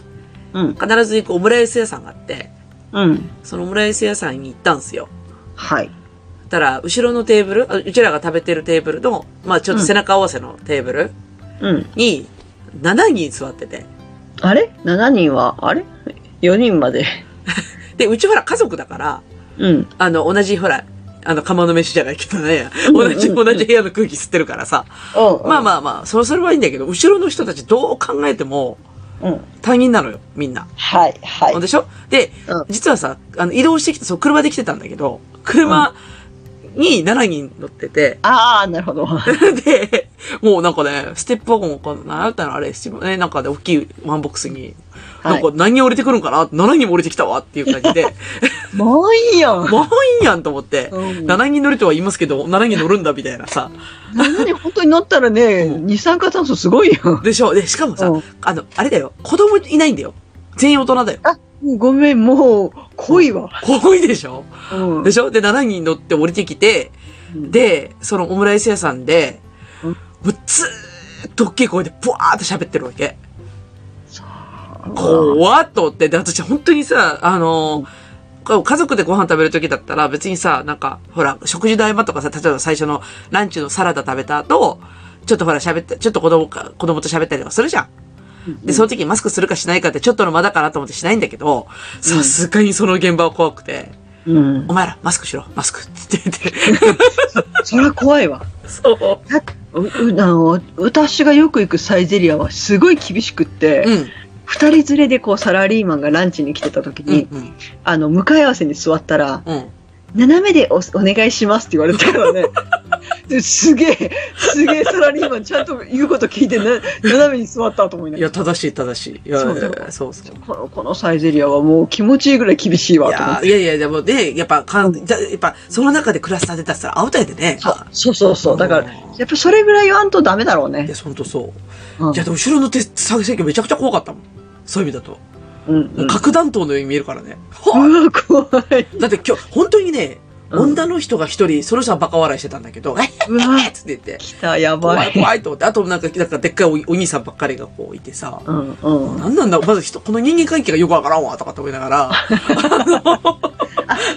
S3: うん。
S2: 必ず行くオムライス屋さんがあって、
S3: うん。
S2: そのオムライス屋さんに行ったんすよ。
S3: はい。
S2: たら、後ろのテーブル、あうちらが食べてるテーブルの、まあちょっと背中合わせのテーブル
S3: うん。
S2: に、7人座ってて、
S3: あれ ?7 人は、あれ ?4 人まで。
S2: で、うちほら家族だから、
S3: うん。
S2: あの、同じほら、あの、釜の飯じゃないけどね、
S3: うんうん
S2: 同じ、同じ部屋の空気吸ってるからさ。まあまあまあ、それ、それはいいんだけど、後ろの人たちどう考えても、
S3: あ。うん。
S2: 他人なのよ、みんな。
S4: はい、は
S2: でしょで、
S3: うん
S2: 実はさ、あの、移動してきて、そう、車で来てたんだけど、車に7人乗ってて、
S3: ああ、なるほど。は
S2: で、もうなんかね、ステップワゴンかな、なんだろうあれ、ステップね、なんかね、大きいワンボックスに、
S3: は
S2: ないんか何人降りてくるんかな ?7 人も降りてきたわっていう感じ で、
S3: い。もういいやん。
S2: 満員やんと思って、
S3: うん
S2: 7人乗りとは言いますけど、7人乗るんだみたいなさ。
S3: 7人本当に乗ったらね、
S2: う
S3: 二酸化炭素すごいやん。
S2: でしょで、しかもさ
S3: うん、
S2: あの、あれだよ、子供いないんだよ。全員大人だよ。
S3: ごめん、もう、濃いわ。
S2: 多いでしょ
S3: うん
S2: でしょで、7人乗って降りてきて、
S3: うん
S2: で、そのオムライス屋さんで、
S3: うん
S2: もうずーっと大きい声でブワーって喋ってるわけ。怖っと思って。で、私本当にさ、あのーこう家族でご飯食べる時だったら別にさ、なんか、ほら、食事代間とかさ、例えば最初のランチのサラダ食べた後、ちょっとほら喋って、ちょっと子供か、子供と喋ったりとかするじゃん。で、その時にマスクするかしないかってちょっとの間だからと思ってしないんだけど、さすがにその現場は怖くて、
S3: うん。
S2: お前らマスクしろ、マスクって言って。
S3: そりゃ怖いわ。
S2: そう。
S3: う、う、あの、私がよく行くサイゼリアはすごい厳しくって
S2: う、ん。
S3: 二、人連れでこうサラリーマンがランチに来てた時
S2: う
S3: に、
S2: ん。うん。
S3: あの、向かい合わせに座ったら、
S2: うん。
S3: 斜めでおお願いしますって言われたか らね。ですげえ、すげえサラリーマンちゃんと言うこと聞いてな、斜めに座ったと思いないがら
S2: や、。正しい、正しい。いや、
S3: そう
S2: そ
S3: そう
S2: うそう
S3: このこのサイゼリアはもう気持ちいいぐらい厳しい
S2: い
S3: わと思っ
S2: や、
S3: て。
S2: いやいや、でもね、やっぱ、かん、だやっぱ、その中でクラスター出たらさ、アウトやでね。
S3: そうそうそうそう。だから、
S2: い
S3: やっぱそれぐらい言わんとダメだろうね
S2: や、。ほんとそう。
S3: うん
S2: いや、でも後ろの手、作戦めちゃくちゃ怖かったもん。そういう意味だと。
S3: うんう。
S2: もうん核弾頭のように見えるからね。は
S3: うわ、怖い。
S2: いだって今日、本当にね、
S3: うん
S2: 女の人が一人、その人はバカ笑いしてたんだけど、えっ
S3: うわ、
S2: つって言って、
S3: 来た、やば
S2: 怖い
S3: い。
S2: 怖いと思って、あとなんか、なんかでっかいおお兄さんばっかりがこういてさ、
S3: うんうん。
S2: なんなんだ、まず人、この人間関係がよくわからんわ、とかって思いながら、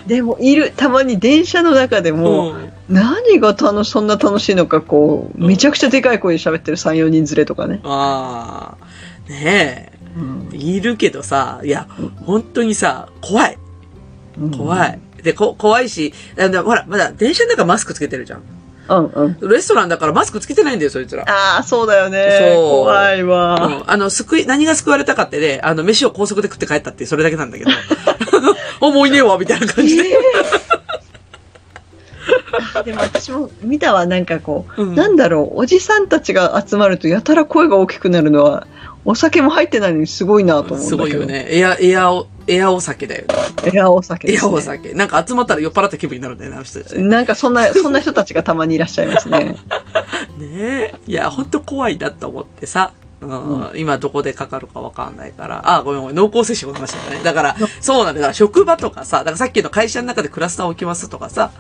S3: でも、いる。たまに電車の中でも、
S2: うん
S3: 何が楽し、そんな楽しいのか、こう、めちゃくちゃでかい声で喋ってる3、4人連れとかね。
S2: ああ、ね
S3: うん
S2: え、いるけどさ、いや、本当にさ、怖い、怖。い。で、こ、怖いし、あでほら、まだ電車の中マスクつけてるじゃん。
S3: うんうん。
S2: レストランだからマスクつけてないんだよ、そいつら。
S3: ああ、そうだよね。
S2: そう
S3: 怖いうわ。
S2: んあの、救い、何が救われたかってね、あの、飯を高速で食って帰ったっていう、それだけなんだけ ど。あもういねえわ、みたいな感じで。
S3: あでも私も見たわなんかこう、
S2: うん
S3: なんだろうおじさんたちが集まるとやたら声が大きくなるのはお酒も入ってないのにすごいなと思うん
S2: す
S3: だ
S2: ごい
S3: けど
S2: よね。エア、エアお、エアお酒だよね。
S3: エアお酒で
S2: エ
S3: す、
S2: ア
S3: ね、
S2: お酒。なんか集まったら酔っ払った気分になるんだよね、あの人たちね。
S3: なんかそ んなそんな人たちがたまにいらっしゃいますね
S2: ねえ。いや、ほんと怖いなと思ってさ。うん今どこでかかるかわかんないから。あ、ごめんごめん。濃厚接触の話だね。だから、そうなんだよ。だから職場とかさ、だからさっきの会社の中でクラスター起きますとかさ、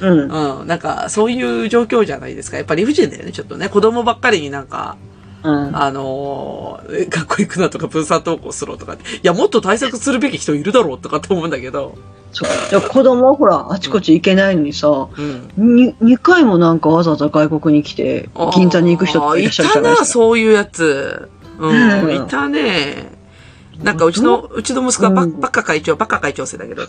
S3: うん
S2: うん、なんかそういう状況じゃないですか。やっぱ理不尽だよね、ちょっとね。子供ばっかりになんか、
S3: うん
S2: あのーえ学校行くなとか分散登校するとかって。いや、もっと対策するべき人いるだろうとかって思うんだけど。
S3: そうでも子供はほらあちこち行けないのにさ
S2: うん。
S3: に2回もなんかわざわざ外国に来て銀座に行く人っていらっしゃるじゃない
S2: あーた
S3: で
S2: な、
S3: すか
S2: そういうやつ。うん、
S3: うん
S2: いたね。なんか、うちの、うちの息子はバ
S3: うん
S2: バカ会長、バカ会長生だけど。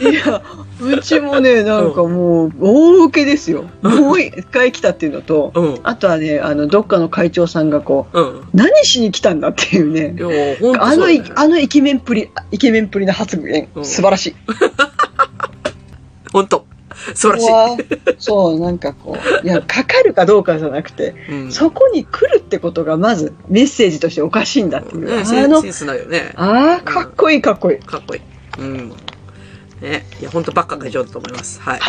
S3: いやうちもねなんかもう大受けですよもう一回来たっていうのと
S2: うん。
S3: あとはね、あの、どっかの会長さんがこう、
S2: うん。
S3: 何しに来たんだっていうね
S2: い。や、ほんと
S3: あ
S2: そ
S3: の
S2: うだ
S3: い、
S2: よね
S3: あのイケメンっぷり、イケメンっぷりの発言、
S2: うん
S3: 素晴らしい。
S2: ほんと。素晴らし
S3: うわーそう、なんかこう、いや、かかるかどうかじゃなくて、
S2: い。うん。
S3: そこに来るってことがまずメッセージとしておかしいんだっていう。
S2: ねセ
S3: あ
S2: ン
S3: の
S2: セ、ンスないよね。
S3: ああ、かっこいいかっこいい。
S2: かっこいい。うん。ね。いや、ほんとバカ会長だと思います。はい。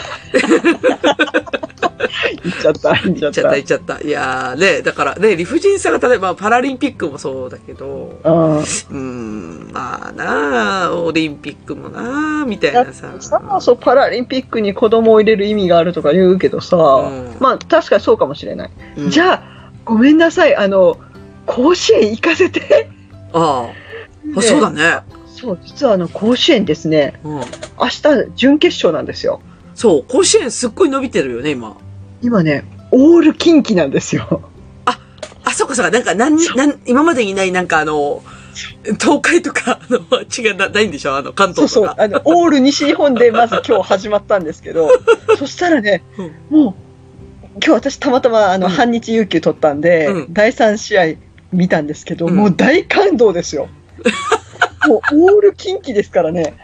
S3: 言っちゃった、言っち
S2: 言
S3: ゃ
S2: っちゃ
S3: っ
S2: ったた、言っちゃった。いやーね、だからね、理不尽さが例えばパラリンピックもそうだけど、。
S3: ああ
S2: うーん、まあなあ、オリンピックもなあ、みたい
S3: だっ
S2: な
S3: て
S2: さ。
S3: さそうパラリンピックに子供を入れる意味があるとか言うけどさ、
S2: うん
S3: まあ確かにそうかもしれない、
S2: うん
S3: じゃあごめんなさいあの甲子園行かせて
S2: ああ。あ、そうだね。
S3: そう実はあの甲子園ですね
S2: うん。
S3: 明日準決勝なんですよ
S2: そう、甲子園すっごい伸びてるよね、今。
S3: 今ねオール近畿なんですよ
S2: あ、そうかそうか、なんか何に、なん、今までにないなんかあの、東海とか、あの、あっちがなないんでしょあの、関
S3: そう
S2: 東と
S3: そ
S2: か。。
S3: うあの、 オール西日本でまず今日始まったんで すけど、そしたらね、もう、今日私たまたまあの、
S2: うん
S3: 半日有給取ったんで、
S2: うん
S3: 第3試合見たんですけど、
S2: うん
S3: もう大感動で すよ。もうオール近畿ですからね。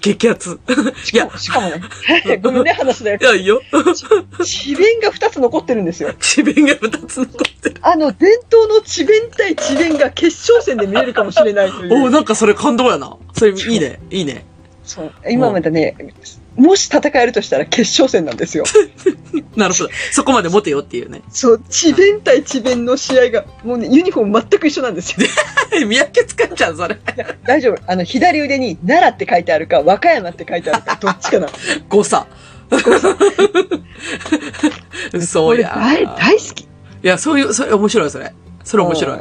S2: 激アツ。い
S3: しか
S2: や
S3: も、しかもね、 ごめんね、話だよ
S2: い。や、いいよ。
S3: 智弁が2つ残ってるんですよ。
S2: 自弁が2つ残ってる。
S3: あの、伝統の智弁対智弁が決勝戦で見れるかもしれないと い
S2: おー
S3: う。
S2: なんかそれ感動やな。それいいね。いいね。
S3: そう今までね、もし戦えるとしたら決勝戦なんですよ。
S2: なるほど。そこまで持てよっていうね。
S3: そう、智弁対智弁の試合が、もうね、ユニフォーム全く一緒なんですよ。
S2: 見分けつかっちゃう、それ。
S3: 大丈夫。あの、左腕に奈良って書いてあるか、和歌山って書いてある か、どっちかな。
S2: 誤差。 嘘
S3: 俺、
S2: や。
S3: 大大好き。
S2: いや、そういう、それ面白い、それ。それ面白い。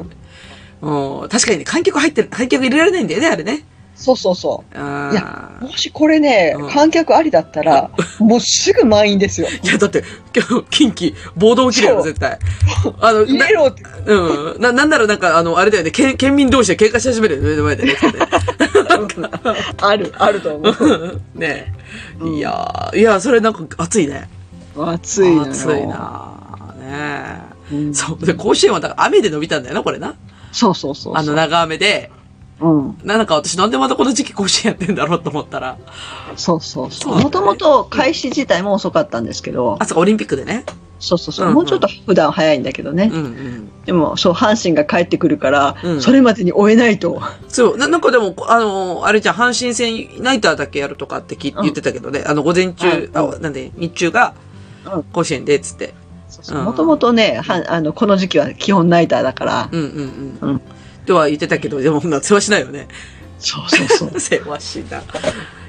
S2: うん、確かにね、観客入ってる、観客入れられないんだよね、あれね。
S3: そうそうそう。い
S2: あー
S3: もしこれね
S2: うん、
S3: 観客ありだった ら、もうすぐ満員ですよ。
S2: いや、だって、今日、近畿、暴動起きるやろ、
S3: そう
S2: 絶対。あの、
S3: 入
S2: な
S3: れろって。
S2: うん。な、なんならなんか、あの、あれだよね、県、県民同士で喧嘩し始めるよね、目の前でね。
S3: ある、あると思う。
S2: ねいやー、いや、それなんか熱いね。
S3: 暑いな。
S2: 熱い。なね
S3: うん
S2: そう。で、甲子園はだから雨で伸びたんだよな、これな。
S3: そうそうそうそう。
S2: あの、長雨で。
S3: うん。
S2: なんか私なんでまたこの時期甲子園やってんだろうと思ったら。
S3: そうそうそ
S2: そう
S3: う。
S2: なんだ
S3: もともと開始自体も遅かったんですけど
S2: あ、、そうか、オリンピックでね。
S3: そうそうそうう。
S2: んうん
S3: もうちょっと普段早いんだけどね
S2: う。んうん。
S3: でも、そう、阪神が帰ってくるから、
S2: うん
S3: それまでに終えないと。
S2: そう。ななんかでも、こあのー、あれじゃん、阪神戦、ナイターだけやるとかって聞い
S3: うん
S2: 言ってたけどね。あの、午前中、
S3: はい
S2: あ、なんで、日中が
S3: うん、
S2: 甲子園で、つって。うん
S3: もともとね、はあの、この時期は基本ナイターだから。
S2: うんうんうん。
S3: うん
S2: とは言ってたけど、でも、な世話しないよね。
S3: そうそうそ う。
S2: 世話しない。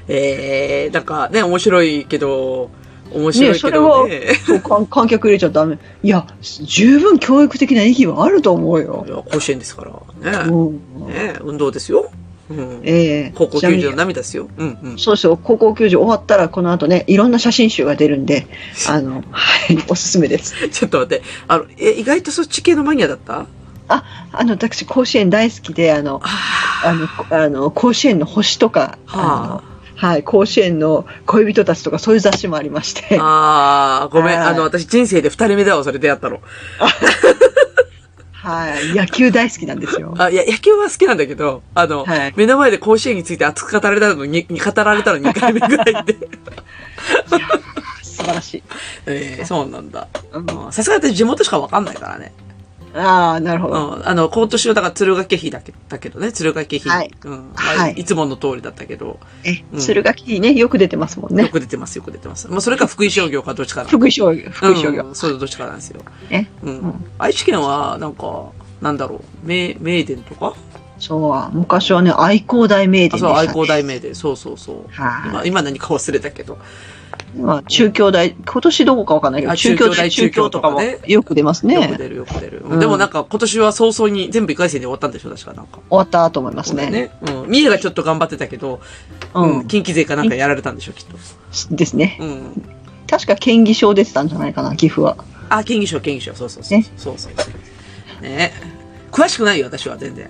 S2: えー、なんかね、面白いけど、面白
S3: ね
S2: いけ
S3: それ
S2: ど
S3: は
S2: ね。
S3: そう観 観客入れちゃダメ。いや、十分教育的な意義はあると思うよ
S2: い。や甲子園ですから、ね。
S3: うん。
S2: ね運動ですよ。うん。
S3: ええ
S2: 高校球
S3: ち
S2: 児
S3: なみ
S2: の
S3: に
S2: 涙ですよ。うんうん。
S3: そうそう、高校球児終わったら、この後ね、いろんな写真集が出るんで、あの、はい、おすすめです。
S2: ちょっと待って。あの、え、意外とそっち系のマニアだった
S3: あの、私、甲子園大好きで、あの、
S2: あ
S3: あの、こあの甲子園の星とか、
S2: はあ
S3: あのはい、甲子園の恋人たちとか、そういう雑誌もありまして、
S2: あー、ごめん。
S3: はい
S2: あの、私人生で二人目だわ、それ出会ったの。
S3: はい、野球大好きなんですよ。
S2: あ、いや、野球は好きなんだけど、あの、
S3: はい
S2: 目の前で甲子園について熱く語られたのに、に語られたの2回目ぐらいで。
S3: 素晴らしい。
S2: えー、 そうなんだ。
S3: うん
S2: うんさすがに私地元しかわかんないからね。
S3: ああ、なるほ
S2: う
S3: ど。
S2: ん。あの、今年の、だから鶴ヶ家碑だけ、だけどね、鶴ヶ家碑。
S3: はい
S2: うん。
S3: はい
S2: いつもの通りだったけど、
S3: え
S2: う、ん
S3: 鶴垣ね、よく出てますもん
S2: よ
S3: ね。
S2: く出てます、よく出てます。もうそれか福井商業かどっちかな。
S3: 福井商業、福井商
S2: う
S3: 業
S2: ん、。そう、どっちかなんですよ。
S3: ね
S2: うん。
S3: うん
S2: 愛知県は、なんか、なんだろう、名、名電とか
S3: そう、昔はね、愛工大名電
S2: あ、
S3: でし
S2: そ
S3: た、
S2: う、
S3: ね。
S2: 愛工大名電。そうそうそう。
S3: は
S2: 今、今何か忘れたけど。
S3: い。まあ、中京大、今年どこかわかんないけど、
S2: あ
S3: 中京大、
S2: 中
S3: 中
S2: 京大
S3: 京とかも
S2: 中京とか
S3: よく出ますね。
S2: よく
S3: 終
S2: 出る、よく出る。
S3: うん
S2: でもなんか、今年は早々に全部一回戦で終わったんでしょ、確かなんか。
S3: わったと思いますね。
S2: うん。三重がちょっと頑張ってたけど、
S3: う
S2: うん
S3: ん。
S2: 近畿勢かなんかやられたんでしょ、きっと。
S3: ですね。
S2: うん。
S3: 確か県議賞出てたんじゃないかな、岐阜は。
S2: あ、県議賞、県議賞。そうそうそう。
S3: ね
S2: そうそうそう。ね詳しくないよ、私は、全 然。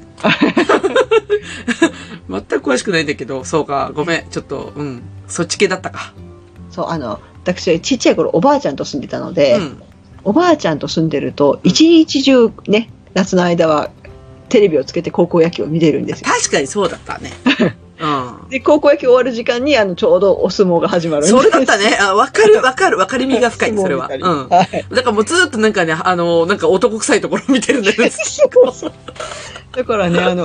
S2: 全く詳しくないんだけど、そうか、ごめん、ちょっと、うん。そっち系だったか。
S3: そう、あの、私、ちっちゃい頃、おばあちゃんと住んでたので、
S2: うん。
S3: おばあちゃんと住んでると、
S2: ん
S3: 一日中ね、夏の間は、テレビをつけて高校野球を見てるんですよ。
S2: 確かにそうだった ね。うん。
S3: で、高校野球終わる時間に、あの、ちょうどお相撲が始まるんです
S2: それだったね。あわかる、わかる、わかりみが深い、
S3: 相撲
S2: それ は。う
S3: 見
S2: ん。
S3: たり
S2: だ
S3: はい。
S2: からもうずっとなんかね、あの、なんか男臭いところ見てるんだよね。
S3: そうそう。だからね、あの、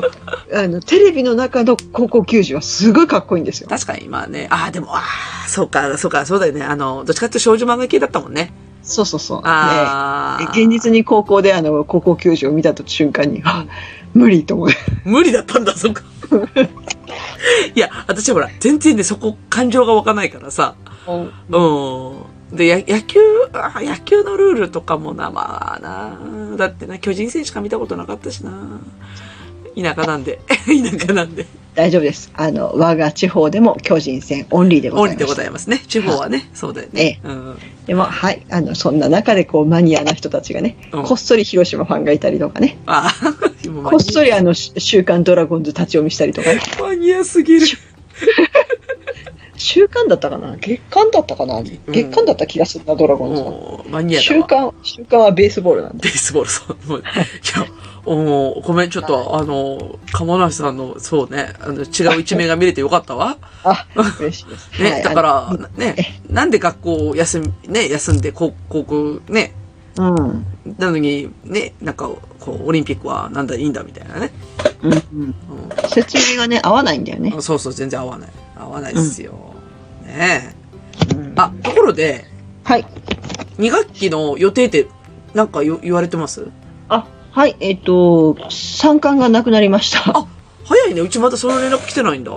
S3: あの、テレビの中の高校球児はすごいかっこいいんです よ。
S2: 確かに、まあね。ああ、でも、ああ、そうか、そうか、そうだよね。あの、どっちかっていうと少女漫画系だったもんね。
S3: そうそうそう。ね
S2: ああ、
S3: 現実に高校であの、高校球児を見た瞬間に、あ無理と思う。
S2: 無理だったんだ、 そこ。いや、私ほら、全然ね、そこ、感情が湧かないからさ。 うん。で、や野球、あー野球のルールとかもな、まあな。 だってな、巨人戦しか見たことなかったしな。田舎なんで。田舎なんで。
S3: 大丈夫です。あの、我が地方でも巨人戦オンリーでご
S2: オンリ
S3: ざい
S2: ーで
S3: ま
S2: ご
S3: す。
S2: ざいますね。地方はね、そうだよね。うん。
S3: でも、はい、あの、そんな中でこう、マニアな人たちがね、
S2: うん
S3: こっそり広島ファンがいたりとかね、
S2: ああ、今
S3: こっそりあの、し週刊ドラゴンズ立ち読みしたりとかね、
S2: マニアすぎる。
S3: 週刊だったかな月刊だったかな月刊だった気がするな、ドラゴンズは。
S2: もう、マニアだわ。
S3: 週刊、週刊はベースボールなんで。
S2: ベースボール、そう。もういや、おーごめん、ちょっと、あの、鴨梨さんの、そうね、あの違う一面が見れてよかったわ。
S3: あ、嬉しいです。
S2: ね、
S3: はい
S2: だか、ら
S3: あの、
S2: ね、なんで学校を休み、ね、休んで、こう航空、ね、
S3: うん。
S2: なのに、ね、なんか、こう、オリンピックはなんだいいんだみたいなね。
S3: うんうん、
S2: う
S3: 説明がね、合わないんだよね
S2: ん。。そうそう、全然合わない。合わないですよ。ねえ。
S3: うん
S2: あ、ところで、
S3: はい。
S2: 2学期の予定って、なんかよ言われてます
S3: あ、はい、えっ、と、三冠がなくなりました。
S2: あ早いね。うちまだその連絡来てないんだ。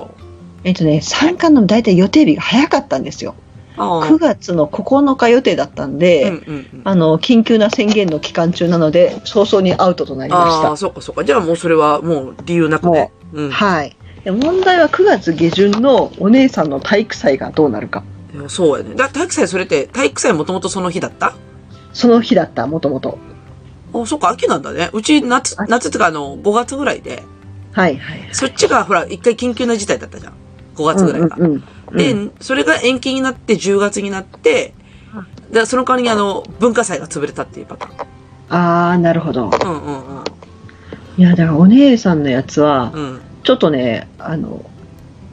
S3: えっ、とね、三冠の大体予定日が早かったんですよ。
S2: ああ。
S3: 9月の9日予定だったん
S2: うんう
S3: で、
S2: んうん。
S3: あの、緊急な宣言の期間中なので、早々にアウトとなりまし
S2: ああ
S3: た
S2: ー、。そうかそうか。じゃあもうそれはもう理由なくね。うん。
S3: はい。で問題は9月下旬のお姉さんの体育祭がどうなるか。
S2: いやそうやね。だ、体育祭それって、体育祭もともとその日だった
S3: その日だった、もともと。
S2: あ、そうか、秋なんだね。うち夏、
S3: 秋
S2: 夏ってかあの、5月ぐらいで、
S3: はいはい。
S2: そっちがほら、一回緊急な事態だったじゃん。5月ぐらいが。
S3: うんうんうん、うん
S2: で、それが延期になって10月になって、でその代わりにあの、文化祭が潰れたっていうパター
S3: ああ、なるほど。
S2: ン。うんうんうん。
S3: いや、だからお姉さんのやつは、
S2: うん。
S3: ちょっとね、あの、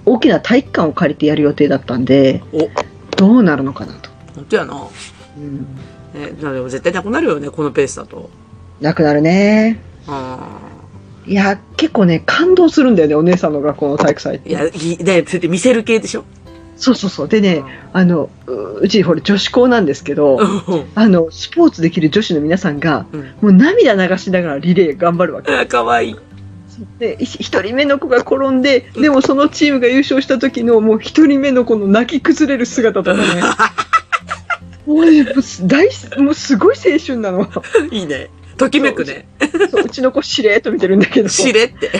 S3: 大きな体育館を借りてやる予定だったんで、
S2: お、
S3: どうなるのかなと。
S2: 本当やな。
S3: うん、
S2: ね、でも絶対なくなるよね、このペースだと。
S3: なくなるね。
S2: う
S3: いや、結構ね、感動するんだよね、お姉さんの学校の体育祭っ
S2: ん。
S3: て。
S2: いや、いいね、それって見せる系でしょ
S3: そうそうそう。でね、あの、ううち、ほら、女子校なんですけど、
S2: うん。
S3: あの、スポーツできる女子の皆さんが、
S2: うん。
S3: もう涙流しながらリレー頑張るわけ。
S2: あかわいい。
S3: で、い一人目の子が転んで、でもそのチームが優勝した時の、もう一人目の子の泣き崩れる姿 とかね。もうねもうす大す、もうすごい青春なの。
S2: いいね。ときめくね。
S3: そううちの子しれーっと見てるんだけど。
S2: しれって。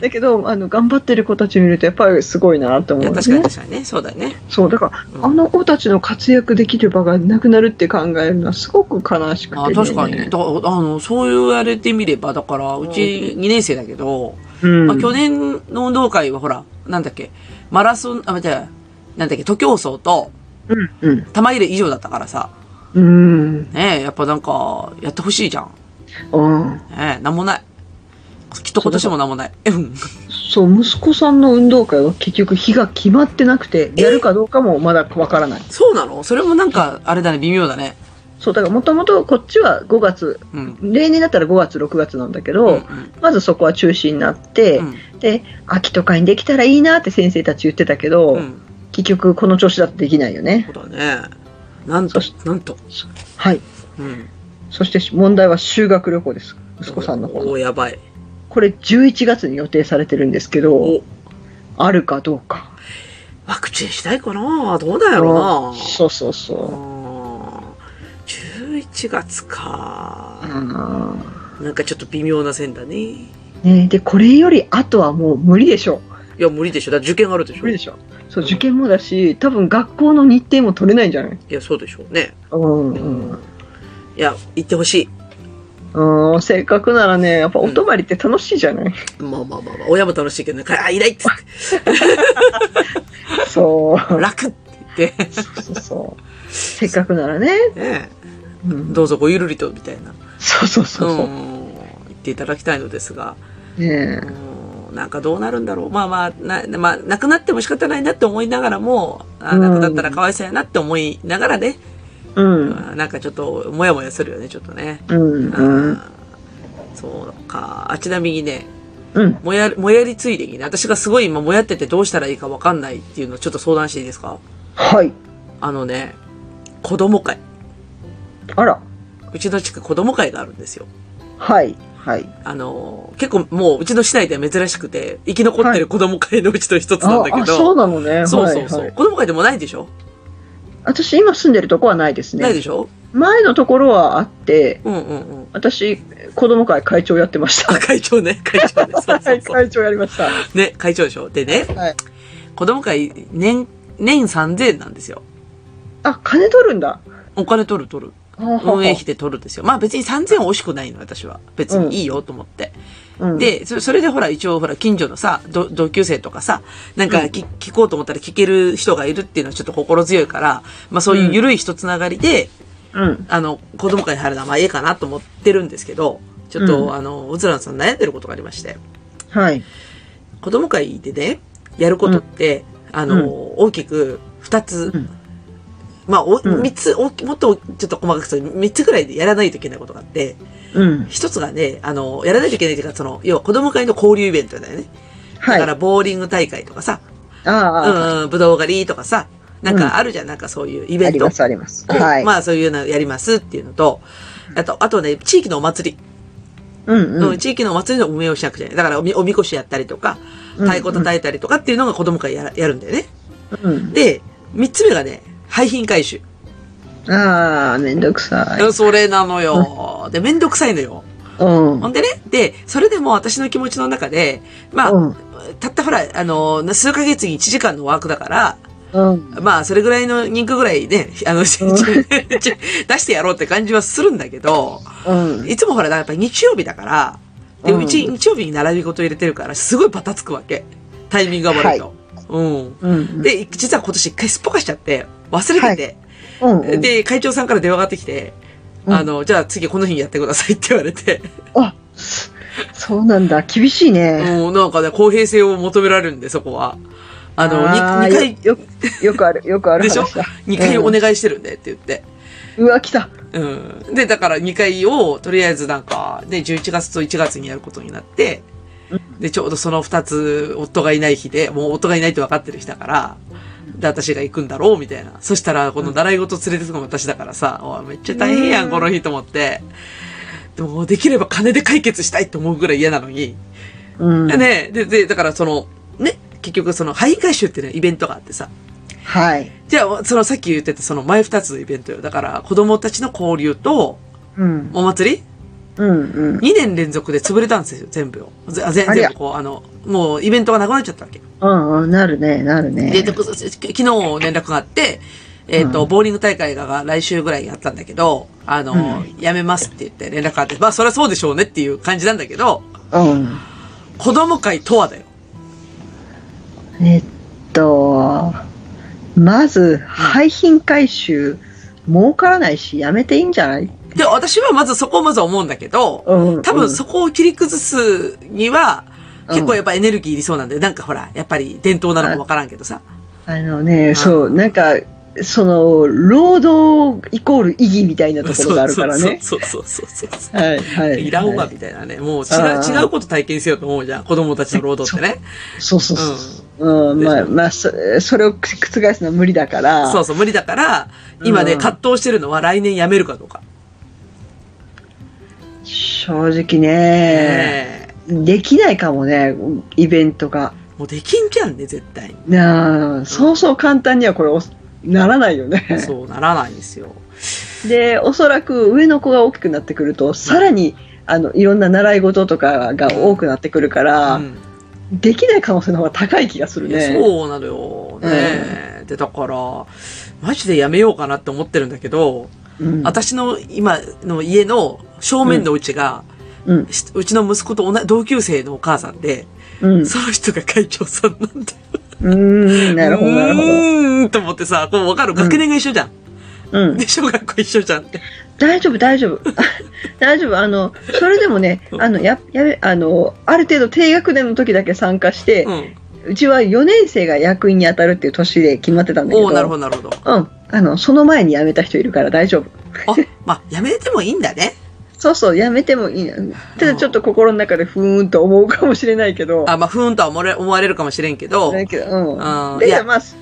S3: だけど、あの、頑張ってる子たち見るとやっぱりすごいなと
S2: い
S3: 思う、
S2: や、
S3: ね。
S2: 確かに確かにね。そうだよね。
S3: そう、だから、
S2: うん
S3: あの子たちの活躍できる場がなくなるって考えるのはすごく悲しくて、ね。
S2: あ確かにね。だあの、そう言われてみれば、だから、うち2年生だけど、
S3: うん。
S2: まあ、去年の運動会はほら、なんだっけ、マラソン、あ、待って、なんだっけ、徒競走と
S3: うん、うん。
S2: 玉入れ以上だったからさ、
S3: うん。
S2: ねえ、やっぱなんか、やってほしいじゃん。
S3: うん。
S2: ねえ、なんもない。きっと今年もなんもない。うん。
S3: そう、息子さんの運動会は結局日が決まってなくて、やるかどうかもまだわからない。
S2: そうなのそれもなんか、あれだね、微妙だね。
S3: そう、だからもともとこっちは5月、
S2: うん。
S3: 例年だったら5月、6月なんだけ
S2: うん
S3: ど、
S2: うん
S3: まずそこは中止になって、
S2: うん
S3: で、秋とかにできたらいいなって先生たち言ってたけど、
S2: うん。
S3: 結局この調子だとできないよね。
S2: そうだね。なんと
S3: そ、
S2: なんと。
S3: はい。
S2: うん。
S3: そして問題は修学旅行です。息子さんの方
S2: お
S3: の。
S2: お、やばい。
S3: これ11月に予定されてるんですけど、
S2: お、
S3: あるかどうか。
S2: ワクチンしたいかなどうだろ
S3: そうそう
S2: うな
S3: そ
S2: あー ?11 月か
S3: う。う。ん
S2: なんかちょっと微妙な線だね。い
S3: ね、で、これより後はもう無理でしょう。
S2: や、無理でしょ。だって受験あるでしょ。い
S3: しょそう、受験もだし、多分学校の日程も取れないんじゃない
S2: や、そうでしょうね。
S3: うん
S2: うん。いや、行ってほし
S3: うん。うん、せっかくならね、やっぱお泊まりって楽しいじゃない、
S2: い。まあまあまあまあ、親も楽しいけどね、かあ、いないっつって、
S3: そう。
S2: 楽って言って、
S3: そうそうそう。せっかくならね。
S2: ねえ、
S3: うん、
S2: どうぞごゆるりと、みたいな。
S3: そうそうそうそう
S2: う。ん。言っていただきたいのですが、
S3: ねえ
S2: うんなんかどうなるんだろう。まあまあ、な、まあ、なくなっても仕方ないなって思いながらも、あ、
S3: うん
S2: なくなったらかわいそうやなって思いながらね、
S3: うん。
S2: うんなんかちょっと、もやもやするよね、ちょっとね。
S3: うん。うん。
S2: あーそうか。あちなみにね、
S3: うん。
S2: もや、もやりついでにね、私がすごい今もやっててどうしたらいいかわかんないっていうのをちょっと相談していいですか
S3: はい。
S2: あのね、子供会。
S3: あら。
S2: うちの地区子供会があるんですよ。
S3: はい。はい。
S2: あのー、結構もううちの市内では珍しくて、生き残ってる子供会のうちの一つなんだけど、
S3: ああ、そうなのね。
S2: そうそうそう。
S3: はいはい、
S2: 子供会でもないでしょ
S3: 私、今住んでるとこはないですね。
S2: ないでしょ
S3: う前のところはあって、
S2: うんうんうん。
S3: 私、子供会会長やってまし
S2: あ、
S3: た。
S2: 会長 ね、会長ね。そう
S3: は
S2: そう
S3: い、
S2: そう。
S3: 会長やりました。
S2: ね、会長でしょ。でね、
S3: はい。
S2: 子供会年、年3000なんですよ。
S3: あ、金取るんだ。
S2: お金取る取る。運営費で取るんですよ。まあ別に3000惜しくないの、私は。別にいいよと思って。
S3: うん、
S2: で、そそれでほら、一応ほら、近所のさ、ど同級生とかさ、なんかき、聞こうと思ったら聞ける人がいるっていうのはちょっと心強いから、まあそういう緩い人つながりで、
S3: うん。
S2: あの、子供会入るのはまあええかなと思ってるんですけど、ちょっと、
S3: うん
S2: あの、うずらんさん悩んでることがありまして、
S3: はい。
S2: 子供会でね、やることって、あの、大きく二つ、
S3: うん
S2: まあ、お
S3: うん
S2: 三つ、大きもっとちょっと細かくすると三つぐらいでやらないといけないことがあって、
S3: うん。
S2: 一つがね、あの、やらないといけないというか、その、要は子供会の交流イベントだよね。
S3: は
S2: だ
S3: い。
S2: から、ボーリング大会とかさ、
S3: ああ、
S2: うん、ぶどう狩りとかさ、なん
S3: うん
S2: かあるじゃん、なんかそういうイ
S3: あ
S2: ベン
S3: り
S2: ト
S3: ま。す、あります。はい。
S2: まあ、そういうのやりますっていうのと、あと、あとね、地域のお祭り。
S3: うん
S2: う
S3: うん
S2: ん、。地域のお祭りの運営をしなくちゃいけない。だからおみ、おみこしやったりとか、
S3: うん
S2: 太鼓叩いたりとかっていうのが子供からやらやるんだよね。
S3: うん。
S2: で、三つ目がね、廃品回収。
S3: ああ、めんどくさい。
S2: それなのよ。で、めんどくさいのよ。
S3: うん
S2: ほ。んでね、で、それでも私の気持ちの中で、まあ、
S3: うん
S2: たったほら、あの、数ヶ月に1時間のワークだから、
S3: うん。
S2: まあ、それぐらいの人気ぐらいね、 あの、出してやろうって感じはするんだけど、
S3: うん。
S2: いつもほら、やっぱり日曜日だから、で
S3: う
S2: も
S3: ん
S2: 一日曜日に並び事入れてるから、すごいバタつくわけ。タイミングが悪いと。うん。
S3: うん。
S2: で、実は今年一回すっぽかしちゃって、忘れてて、
S3: うんうん、
S2: で、会長さんから電話がかってきて、
S3: うん
S2: あの、じゃあ次この日にやってくださいって言われ て、
S3: あ、すそうなんだ。厳しいね。
S2: うん、なんかね、公平性を求められるんで、そこは。あの、
S3: ー
S2: 2回、
S3: よよよくある、よくある
S2: でしょ
S3: 話だ。
S2: 二回お願いしてるんでって言って。
S3: うわ、来た。
S2: うん。で、だから2回を、とりあえずなんか、ね、11月と1月にやることになって、で、ちょうどその2つ、夫がいない日で、もう夫がいないって分かってる日だから、で、私が行くんだろう、みたいな。そしたら、この習い事連れてくのも私だからさ、おいめっちゃ大変や
S3: うん
S2: ん、この日と思って。でも、できれば金で解決したいと思うぐらい嫌なのに。
S3: うん。
S2: でね、で、で、だからその、ね、結局その、廃棄回収っていうね、イベントがあってさ、
S3: はい。
S2: じゃあ、そのさっき言ってたその前二つのイベントよ。だから、子供たちの交流と、
S3: うん。
S2: お祭り
S3: うんうん。
S2: ?2 年連続で潰れたんですよ、全部を。ぜあ全
S3: ありゃ
S2: 全部こう、あの、もうイベントがなくなっちゃったわけ。
S3: うんうん。なるね、なるね
S2: で、。でく昨日連絡があって、えっ、と、ボーリング大会が来週ぐらいにあったんだけど、あの、やめますって言って連絡があって、まあ、そりゃそうでしょうねっていう感じなんだけど、
S3: うん。
S2: 子供会とはだよ。
S3: えっと、まず、廃品回収、儲からないし、やめていいんじゃない
S2: で、私はまずそこをまず思うんだけど、
S3: うん。
S2: 多分そこを切り崩すには、
S3: うん
S2: 結構やっぱエネルギーいりそうなんで、なんかほら、やっぱり伝統なのかわからんけどさ。
S3: あのね、そう、なんか、その、労働イコール意義みたいなところがあるから ね。
S2: そうそうそうそうそうそう。
S3: はい、はい。
S2: いらんわ、
S3: はい
S2: みたいなね。もう違
S3: あ
S2: う、
S3: ー
S2: 違うこと体験せようと思うじゃん。子供たちの労働ってね。
S3: そうそうそうそう。うん、
S2: でし
S3: まあ、
S2: ょ
S3: まあ、そそれを覆すのは無理だから。
S2: そうそう、無理だから、今ね、
S3: うん
S2: 葛藤してるのは来年辞めるかどうか。
S3: 正直ね、
S2: ねえ
S3: できないかもね、イベントが。
S2: もうできんじゃんね、絶対に。
S3: なあ、そうそう簡単にはこれお、ならないよね。
S2: そうならないんですよ。
S3: で、おそらく上の子が大きくなってくると、さらに、あの、いろんな習い事とかが多くなってくるから、
S2: うん
S3: できない可能性の方が高い気がする
S2: いや
S3: ね。
S2: そうなのよ。ねえ、で、だから、マジで辞めようかなって思ってるんだけど、
S3: うん
S2: 私の今の家の正面のうちが、
S3: うん。
S2: しうちの息子と同じ同級生のお母さんで、
S3: うん。
S2: その人が会長さんなんで。
S3: うん。なるほど、なるほ
S2: うーん、と思ってさ、こうわかる。学年が一緒じゃん。
S3: ど。うん。
S2: で、小学校一緒じゃんって。
S3: 大丈夫、大丈夫。 大丈夫。あの、それでもね、あの、や、やべ、あの、ある程度低学年の時だけ参加して、
S2: う。
S3: うんちは4年生が役員に当たるっていう年で決まってたんだけ
S2: お
S3: ど。
S2: おなるほど、なるほど。
S3: うん。あの、その前に辞めた人いるから大丈夫。
S2: あ、まあ、やめてもいいんだね。
S3: そうそう、辞めてもいいな。ただちょっと心の中でふーんと思うかもしれないけど。
S2: あ、まあ、ふーんとは思われ思われるかもしれんけど、
S3: だけど、う
S2: あ
S3: ん。
S2: ー
S3: で、
S2: いや
S3: まあ、そ、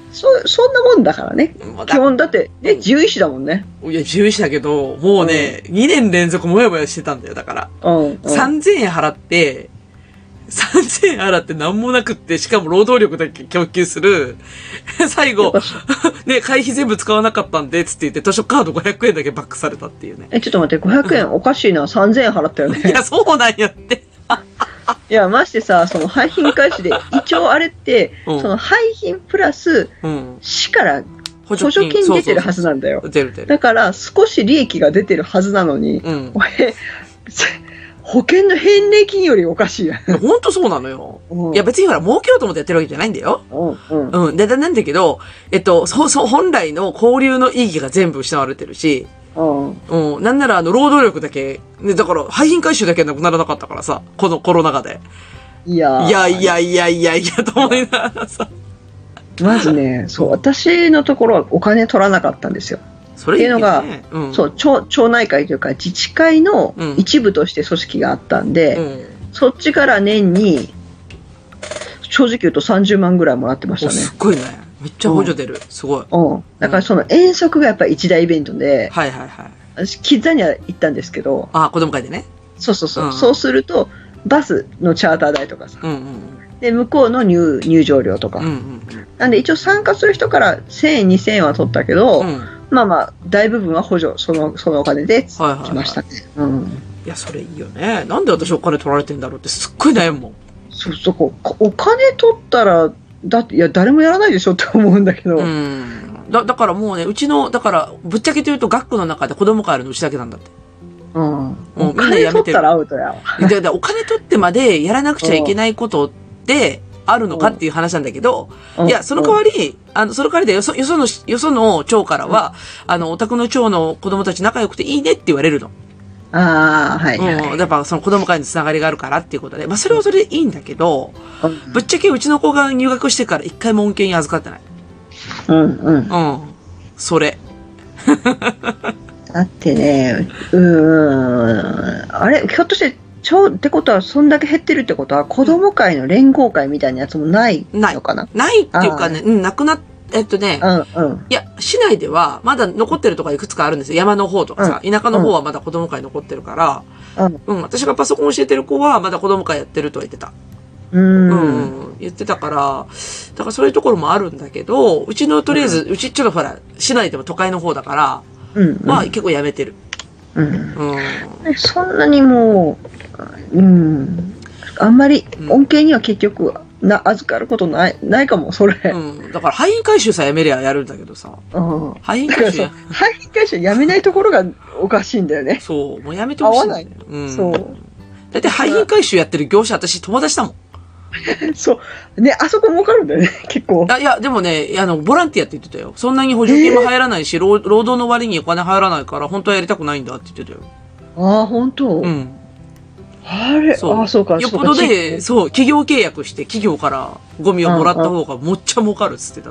S3: そんなもんだからね。
S2: もうだ
S3: 基本だって、ね、
S2: うん
S3: 獣医師だもんね。
S2: いや、獣医師だけど、もうね、2年連続もやもやしてたんだよ、だから。
S3: うん。うん
S2: 3000円払って、3000円払って何もなくって、しかも労働力だけ供給する。最後
S3: やっぱ、
S2: ね、会費全部使わなかったんで、つって言って図書カード500円だけバックされたっていうね。
S3: え、ちょっと待って、500円おかしいな。3000円払っ たよ
S2: い
S3: ね。
S2: や、そうなんやって。
S3: いや、ましてさ、その廃品回収で、一応あれって、
S2: うん
S3: その廃品プラス、
S2: うん。
S3: 市から補助金出てるはずなんだよ。
S2: そうそうそう出る出る。
S3: だから、少し利益が出てるはずなのに、
S2: うん。
S3: 俺、保険の返礼金よりおかしいやん。
S2: ほんとそうなのよ。
S3: うん
S2: いや、別にほら、儲けようと思ってやってるわけじゃないんだよ。
S3: うんうん。
S2: うん。で、だなんだけど、えっと、そうそう、本来の交流の意義が全部失われてるし、
S3: うん。
S2: うん。なんなら、あの、労働力だけ、ね、だから、廃品回収だけはなくならなかったからさ、このコロナ禍で。
S3: いや
S2: いやい。やいやいやいや、と思いながらさ。
S3: まずね、そう、私のところはお金取らなかったんですよ。
S2: それいいよね、うん、
S3: そう、町、町内会というか自治会の
S2: うん
S3: 一部として組織があったんで、
S2: うん。
S3: そっちから年に、正直言うと30万ぐらいもらってまし
S2: お
S3: たね
S2: す。っごいね。めっちゃ補助出る。すごい。
S3: うん。だからその遠足がやっぱり一大イベントで、
S2: はいはいはい。
S3: 私、キッザニア行ったんですけど、
S2: あ、子供会でね。
S3: そうそうそう。
S2: うん
S3: そうすると、バスのチャーター代とかさ、
S2: うんうん
S3: で、向こうの入入場料とか、
S2: うん。うん
S3: なんで一応参加する人から1000円、2000円は取ったけど、
S2: うんうん。うん。
S3: まあまあ、大部分は補助、その、そのお金でつ
S2: はいはいはい
S3: きましたね。うん。
S2: いや、それいいよね。なんで私お金取られてんだろうってすっごい悩むもん。
S3: そうそう、こうこお金取ったら、だって、いや、誰もやらないでしょって思うんだけど、
S2: うん。だ、だからもうね、うちの、だから、ぶっちゃけと言うと学区の中で子供会あるのうちだけなんだって。
S3: うん。
S2: うん
S3: お金取ったらアウトやわ。
S2: だからお金取ってまでやらなくちゃいけないことってあるのかっていう話なんだけど、
S3: うん
S2: いや、その代わり、あの、その代わりでよそ、よその、よその町からは、あの、お宅の町の子供たち仲良くていいねって言われるの。
S3: ああ、はい、はい。
S2: うん。やっぱその子供会のつながりがあるからっていうことで。まあ、それはそれでいいんだけど、
S3: うん
S2: ぶっちゃけうちの子が入学してから一回も恩恵に預かってない。
S3: うん、うん。
S2: うん。それ。
S3: だってね、うーん、あれ、ひょっとして、超ってことは、そんだけ減ってるってことは、子供会の連合会みたいなやつもない
S2: ない
S3: のかな
S2: ないっていうかね、うん、なくなっ、えっとね、
S3: うん、うん。
S2: いや、市内ではまだ残ってるとかいくつかあるんですよ。山の方とかさ、田舎の方はまだ子供会残ってるから、
S3: うん、
S2: うん、私がパソコン教えてる子はまだ子供会やってるとは言ってた。う
S3: う。
S2: んん、言ってたから、だからそういうところもあるんだけど、うちのとりあえず、うちちょっとほら、市内でも都会の方だから、
S3: うん。
S2: まあ結構やめてる。
S3: うん。
S2: うん。
S3: そんなにもう、うん、あんまり
S2: うん
S3: 恩恵には結局な預かることないないかも、それ。
S2: うん。だから廃品回収さえやめりゃやるんだけどさ、
S3: うん
S2: 廃品
S3: だから
S2: 回収
S3: そう
S2: や、
S3: 廃品回収やめないところが おかしいんだよね。
S2: そう、もうやめてほしいんだよね。うん。
S3: そう。
S2: だって廃品回収やってる業者、私友達だもん。
S3: そう。ね、あそこ儲かるんだよね、結構。
S2: あいや、でもね、あの、ボランティアって言ってたよ。そんなに補助金も入らないし、労労働の割にお金入らないから、本当はやりたくないんだって言ってたよ。
S3: ああ、本
S2: う
S3: 当、
S2: ん。
S3: あれ、
S2: そう
S3: ああ、そうか、
S2: よっ
S3: そう
S2: ぽ
S3: か
S2: ど。で、そう、企業契約して、企業からゴミをもらった方がもっちゃ儲かるっつってた。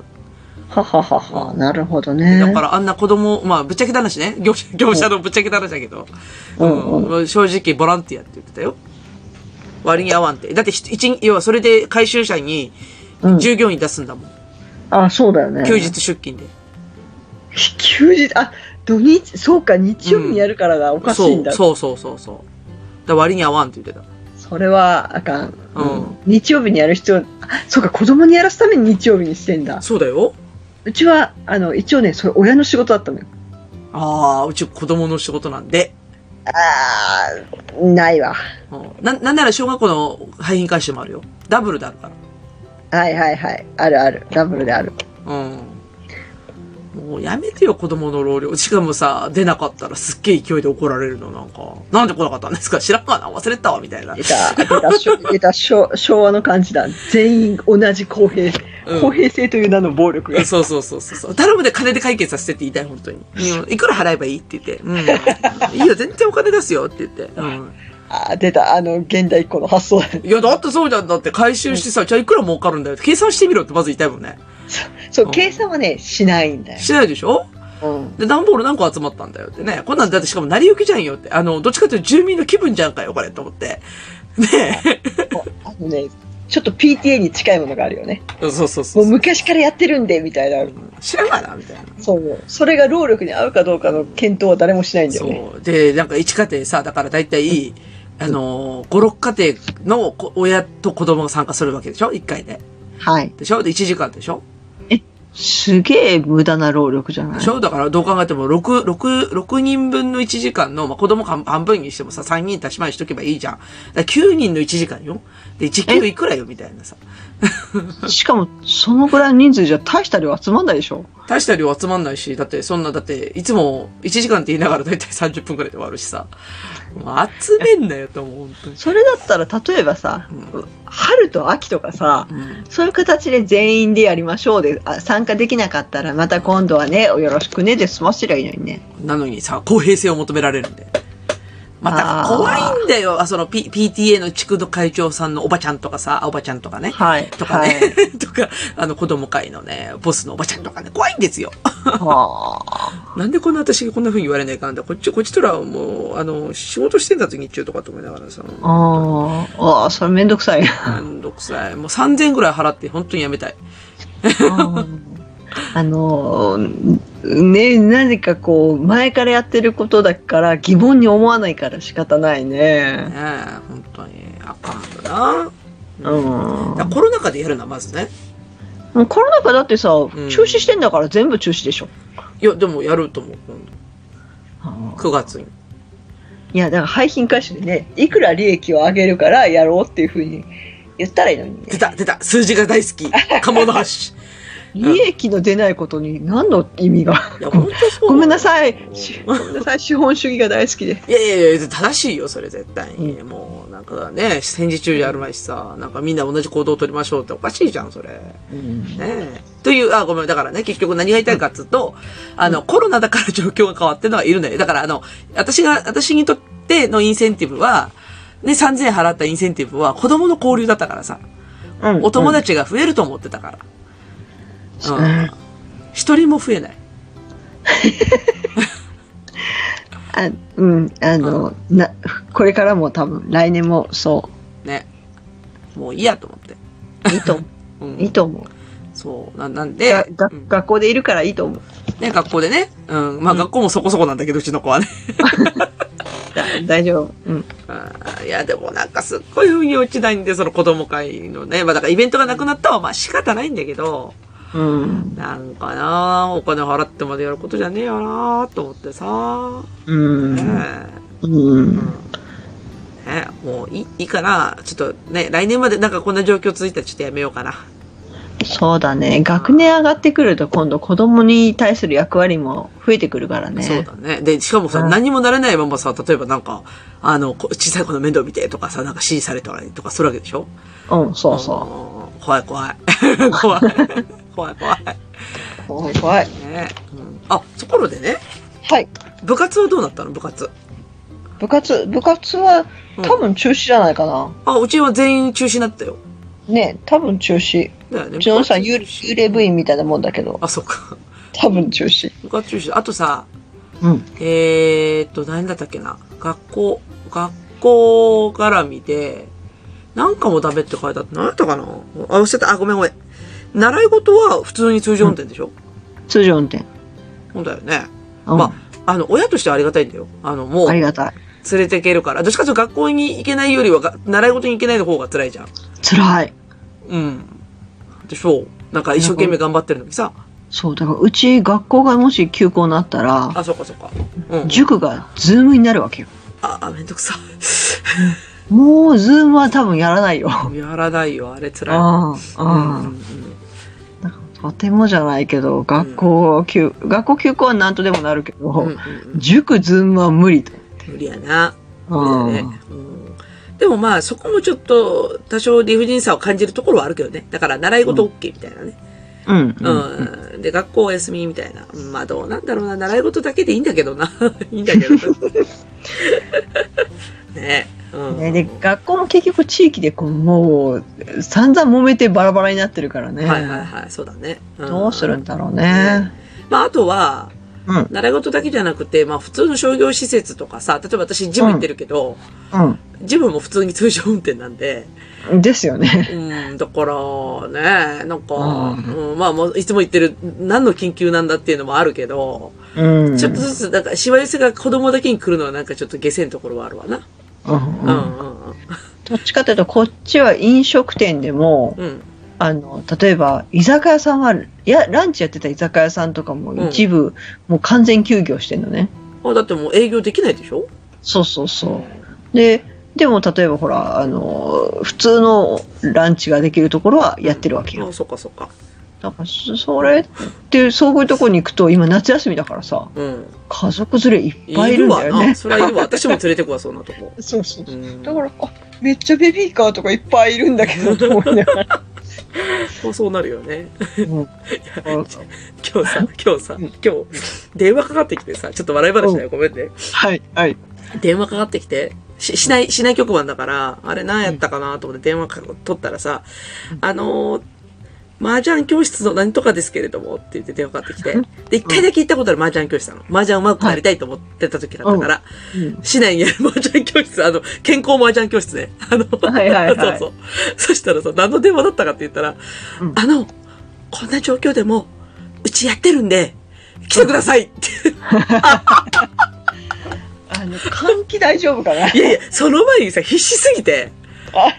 S3: はははは、なるほどね。
S2: だからあんな子供、まあ、ぶっちゃけた話ね。業者、業者のぶっちゃけた話だけど。
S3: うんうん
S2: うん。正直、ボランティアって言ってたよ。割に合わんって。だって、ひ一日、要はそれで回収者に
S3: うん、
S2: 従業員出すんだもん。
S3: ああ、そうだよね。
S2: 休。日出勤で。
S3: 休日、あ、土日、そうか、日曜日にやるからだ、おかしいんだ。
S2: そうそうそうそうそう。だから割に合わんって言ってた。
S3: それはあかん、
S2: うん
S3: 日曜日にやる必要あそうか子供にやらすために日曜日にしてんだ
S2: そうだよ。
S3: うちはあの一応ねそれ親の仕事だったのよ
S2: ああ、うち子供の仕事なんで。
S3: あーないわ
S2: うんな、なんなら小学校の廃品回収もあるよ。ダブルであるから。
S3: はいはいはいあるあるダブル である
S2: うん。もうやめてよ、子供の労力。しかもさ、出なかったらすっげえ勢いで怒られるの、なんか。なんで来なかったんですか知らんわな、忘れてたわ、みたいな
S3: 出。た出たしょ出た昭昭和の感じだ全員同じ公平、
S2: うん
S3: 公平性という名の暴力 が
S2: そうそうそうそうそう。頼むで金で解決させてって言いたい、本当に。うん、いくら払えばいいって言って。うん。 いいよ、全然お金出すよって言って。うん。
S3: あー出たあの現代っ子の発想だ
S2: いや、だってそうじゃん。だって回収してさ、じゃあいくら儲かるんだよって計算してみろってまず言いたいもんね。
S3: そううん計算はねしないんだよ
S2: してないでしょ
S3: うん
S2: で、段ボール何個集まったんだよってね。こんなんだってしかも成り行きじゃんよって。あの、どっちかというと住民の気分じゃんかよ、これ、と思って。ね
S3: あのねちょっと PTA に近いものがあるよね
S2: え。そうそうそう
S3: もう
S2: そう。
S3: 昔からやってるんでみたいな
S2: 知らんわな、みたいな。
S3: そう。それが労力に合うかどうかの検討は誰もしないんだよね。
S2: そう。で、なんか一家庭さ、だから大体、あのー、5、6家庭のこ親と子供が参加するわけでしょ一回で。
S3: はい。
S2: でしょで、1時間でしょ
S3: すげえ無駄な労力じゃない
S2: そうだからどう考えても6、6、6人分の1時間の、まあ、子供半半分にしてもさ、3人足し前にしとけばいいじゃん。だから9人の1時間よ。で、時給いくらよみたいなさ。
S3: しかも、そのぐらいの人数じゃ大した量集まんないでしょ
S2: 大した量集まんないし、だってそんな、だっていつも1時間って言いながらだいたい30分くらいで終わるしさ。もう集めんなよと思う、本当に。
S3: それだったら、例えばさ、春と秋とかさ、
S2: うん
S3: そういう形で全員でやりましょうで、あ参加できなかったら、また今度はね、よろしくねで済ませりゃいいのにね。
S2: なのにさ、公平性を求められるんで。また
S3: あ、ー
S2: 怖いんだよ。あその、P、PTA の地区の会長さんのおばちゃんとかさ、あおばちゃんとかね。
S3: はい。
S2: とかね。とか、あの、子供会のね、ボスのおばちゃんとかね、怖いんですよ。
S3: はい。はあ。
S2: なんでこんな私がこんな風に言われないかなんだ。こっち、こっちとらはもう、あの、仕事してんだと日中とかと思いながらさ、
S3: あーあー、それめんどくさい
S2: め
S3: な。
S2: んどくさい。もう3000ぐらい払って本当にやめたい。
S3: あのー、ね、何かこう、前からやってることだから疑問に思わないから仕方ない
S2: ね
S3: ね。
S2: え、本当に。あかんだな。
S3: うん。も
S2: だからコロナ禍でやるのはまずね。
S3: うコロナ禍だってさ、
S2: ん
S3: 中止してんだから全部中止でしょ。
S2: いや、でもやると思う。9月に。
S3: いや、だから廃品回収でね、いくら利益を上げるからやろうっていうふうに言ったらいいのに
S2: 出
S3: ね。
S2: た、出た。数字が大好き。鴨 の橋。
S3: 利益の出ないことに何の意味が。
S2: いや、本当そう。
S3: ごめんなさい。しごめんなさい。資本主義が大好きで。
S2: いやいやいや、正しいよ、それ絶対に。もう、なんかね、戦時中じゃあるまいしさ、なんかみんな同じ行動を取りましょうっておかしいじゃん、それ。ねえ。という、あ、ごめん、だからね、結局何が言いたいかっつうと、あの、コロナだから状況が変わってるのはいるんだよ。だから、あの、私が、私にとってのインセンティブは、ね、3000円払ったインセンティブは子供の交流だったからさ、
S3: うん
S2: お友達が増えると思ってたから。うん。一人も増えない。
S3: あうん、あの、な、これからも多分、来年もそ
S2: ね。もういいやと思って。
S3: う。いいと思
S2: う
S3: う。いい
S2: ん。
S3: と思う。
S2: そう。ななん
S3: が
S2: で、
S3: が
S2: うん
S3: 学校でいるからいいと思う。
S2: ね、学校でね。うん。まあ、学校もそこそこなんだけど、うちの子はね。
S3: だ大丈夫。うん。
S2: あーいや、でもなんかすっごい風に落ちないんで、その子供会のね。まあ、だからイベントがなくなったは、まあ仕方ないんだけど、
S3: うん。
S2: なんかなお金払ってまでやることじゃねえよなと思ってさ、
S3: う
S2: ね
S3: ん。
S2: え
S3: うん。
S2: ねえもういいいいかなちょっとね、来年までなんかこんな状況続いたらちょっとやめようかな。
S3: そうだね。学年上がってくると、今度子供に対する役割も増えてくるからね。
S2: そうだね。で、しかもさ、
S3: うん
S2: 何もなれないままさ、例えばなんか、あの、こ小さい子の面倒見てとかさ、なんか指示されたりとかするわけでしょ
S3: うん、そうそ
S2: うん怖い怖い。 怖い。怖い怖い。
S3: う。怖い怖い。
S2: ねうんあ、ところでね、
S3: はい。
S2: 部活はどうなったの部活。
S3: 部活、部活は
S2: うん
S3: 多分中止じゃないかな。
S2: あ、うちは全員中止になったよ。
S3: ね、多分中止。
S2: だよね。
S3: うちのさ、
S2: 部活
S3: 幽幽霊部員みたいなもんだけど、
S2: あ、そっか。
S3: 多分中止。
S2: 部活中止。あとさ、
S3: うん。
S2: えーっと、何だったっけな。学校、学校絡みで、なんかもダメって書いてあった。何だったかなあ、忘れた。あ、ごめんごめん。習い事は普通に通常運転でしょ、
S3: 通常運転。
S2: そうだよね。
S3: うん
S2: まあ、あの、親としてはありがたいんだよ。あの、もう、
S3: あり
S2: 連
S3: がたい。
S2: れていけるから。どっちかというと学校に行けないよりはが、習い事に行けない方が辛いじゃん。
S3: 辛い。
S2: うん。でしょう。なんか一生懸命頑張ってるのにさ。
S3: そう、だからうち学校がもし休校になったら、
S2: あ、そっかそっか。うん。
S3: 塾がズームになるわけよ。
S2: あ、あめんどくさ
S3: もうズームは多分やらないよ。
S2: い。やらないよ、あれ辛い。
S3: あ
S2: う
S3: あ、
S2: んう
S3: う。
S2: んん
S3: とてもじゃないけど、学校休、学校休校はなんとでもなるけど、
S2: うん。うんうん
S3: 塾ズームは無理と。
S2: 無理やな。
S3: うん。
S2: ねうんでもまあ、そこもちょっと、多少理不尽さを感じるところはあるけどね。だから、習い事 OK みたいなね。
S3: うん。う。
S2: うんん。で、学校お休みみたいな。うんまあ、どうなんだろうな。習い事だけでいいんだけどな。 いいんだけど。ねうん。
S3: ね、で学校も結局地域でこうもう散々揉めてバラバラになってるからね、
S2: はいはいはい、そうだね。ん
S3: どうするんだろうね、
S2: まあ、あとは、
S3: うん
S2: 習い事だけじゃなくて、まあ、普通の商業施設とかさ、例えば私、ジム行ってるけど、ジムも普通に通常運転なんで、
S3: うん、ですよね
S2: うん、だから、ね、なんか、
S3: うん
S2: うんまあ、もう、いつも言ってる、何の緊急なんだっていうのもあるけど、
S3: うん
S2: ちょっとずつ、なんか、しわ寄せが子供だけに来るのはなんかちょっと下せんところはあるわな。
S3: うん
S2: う
S3: うんん、
S2: うんうん。
S3: どっちかというとこっちは飲食店でも
S2: うん。
S3: あの例えば居酒屋さんはいや、ランチやってた居酒屋さんとかも一部、もう完全休業してんのね。
S2: あだってもう営業できないでしょ
S3: そうそうそう。で、でも例えばほら、あの、普通のランチができるところはやってるわけよ。
S2: あそっかそっか。
S3: だから、そそれって、そういうとこに行くと、今夏休みだからさ、
S2: うん。
S3: 家族連れいっぱいいるんだよ
S2: わな。
S3: ね。
S2: それはいるわ。私も連れてくわ、そんなとこ。
S3: そうそう
S2: う。ん。
S3: だから、あ、めっちゃベビーカーとかいっぱいいるんだけど、と思いながら。
S2: そうそうなるよね。
S3: うん
S2: 今日さ、今日さ、今日、電話かかってきてさ、ちょっと笑い話だよ、ごめんね。
S3: はい、はい。
S2: 電話かかってきて、し、しない、しない局番だから、あれ何やったかなと思って電話か取ったらさ、あのー、麻雀教室の何とかですけれども、って言って電話かかってきて。で、一回だけ行ったことある麻雀教室なの。麻雀うまくなりたいと思ってた時だったから、
S3: うん
S2: 市内にある麻雀教室、あの、健康麻雀教室ね。あの、
S3: はいはいはい
S2: そうそう。そしたらさ、何の電話だったかって言ったら、
S3: うん
S2: あの、こんな状況でも、うちやってるんで、来てくださいって。
S3: あの、換気大丈夫かな
S2: いやいや、その前にさ、必死すぎて、
S3: はい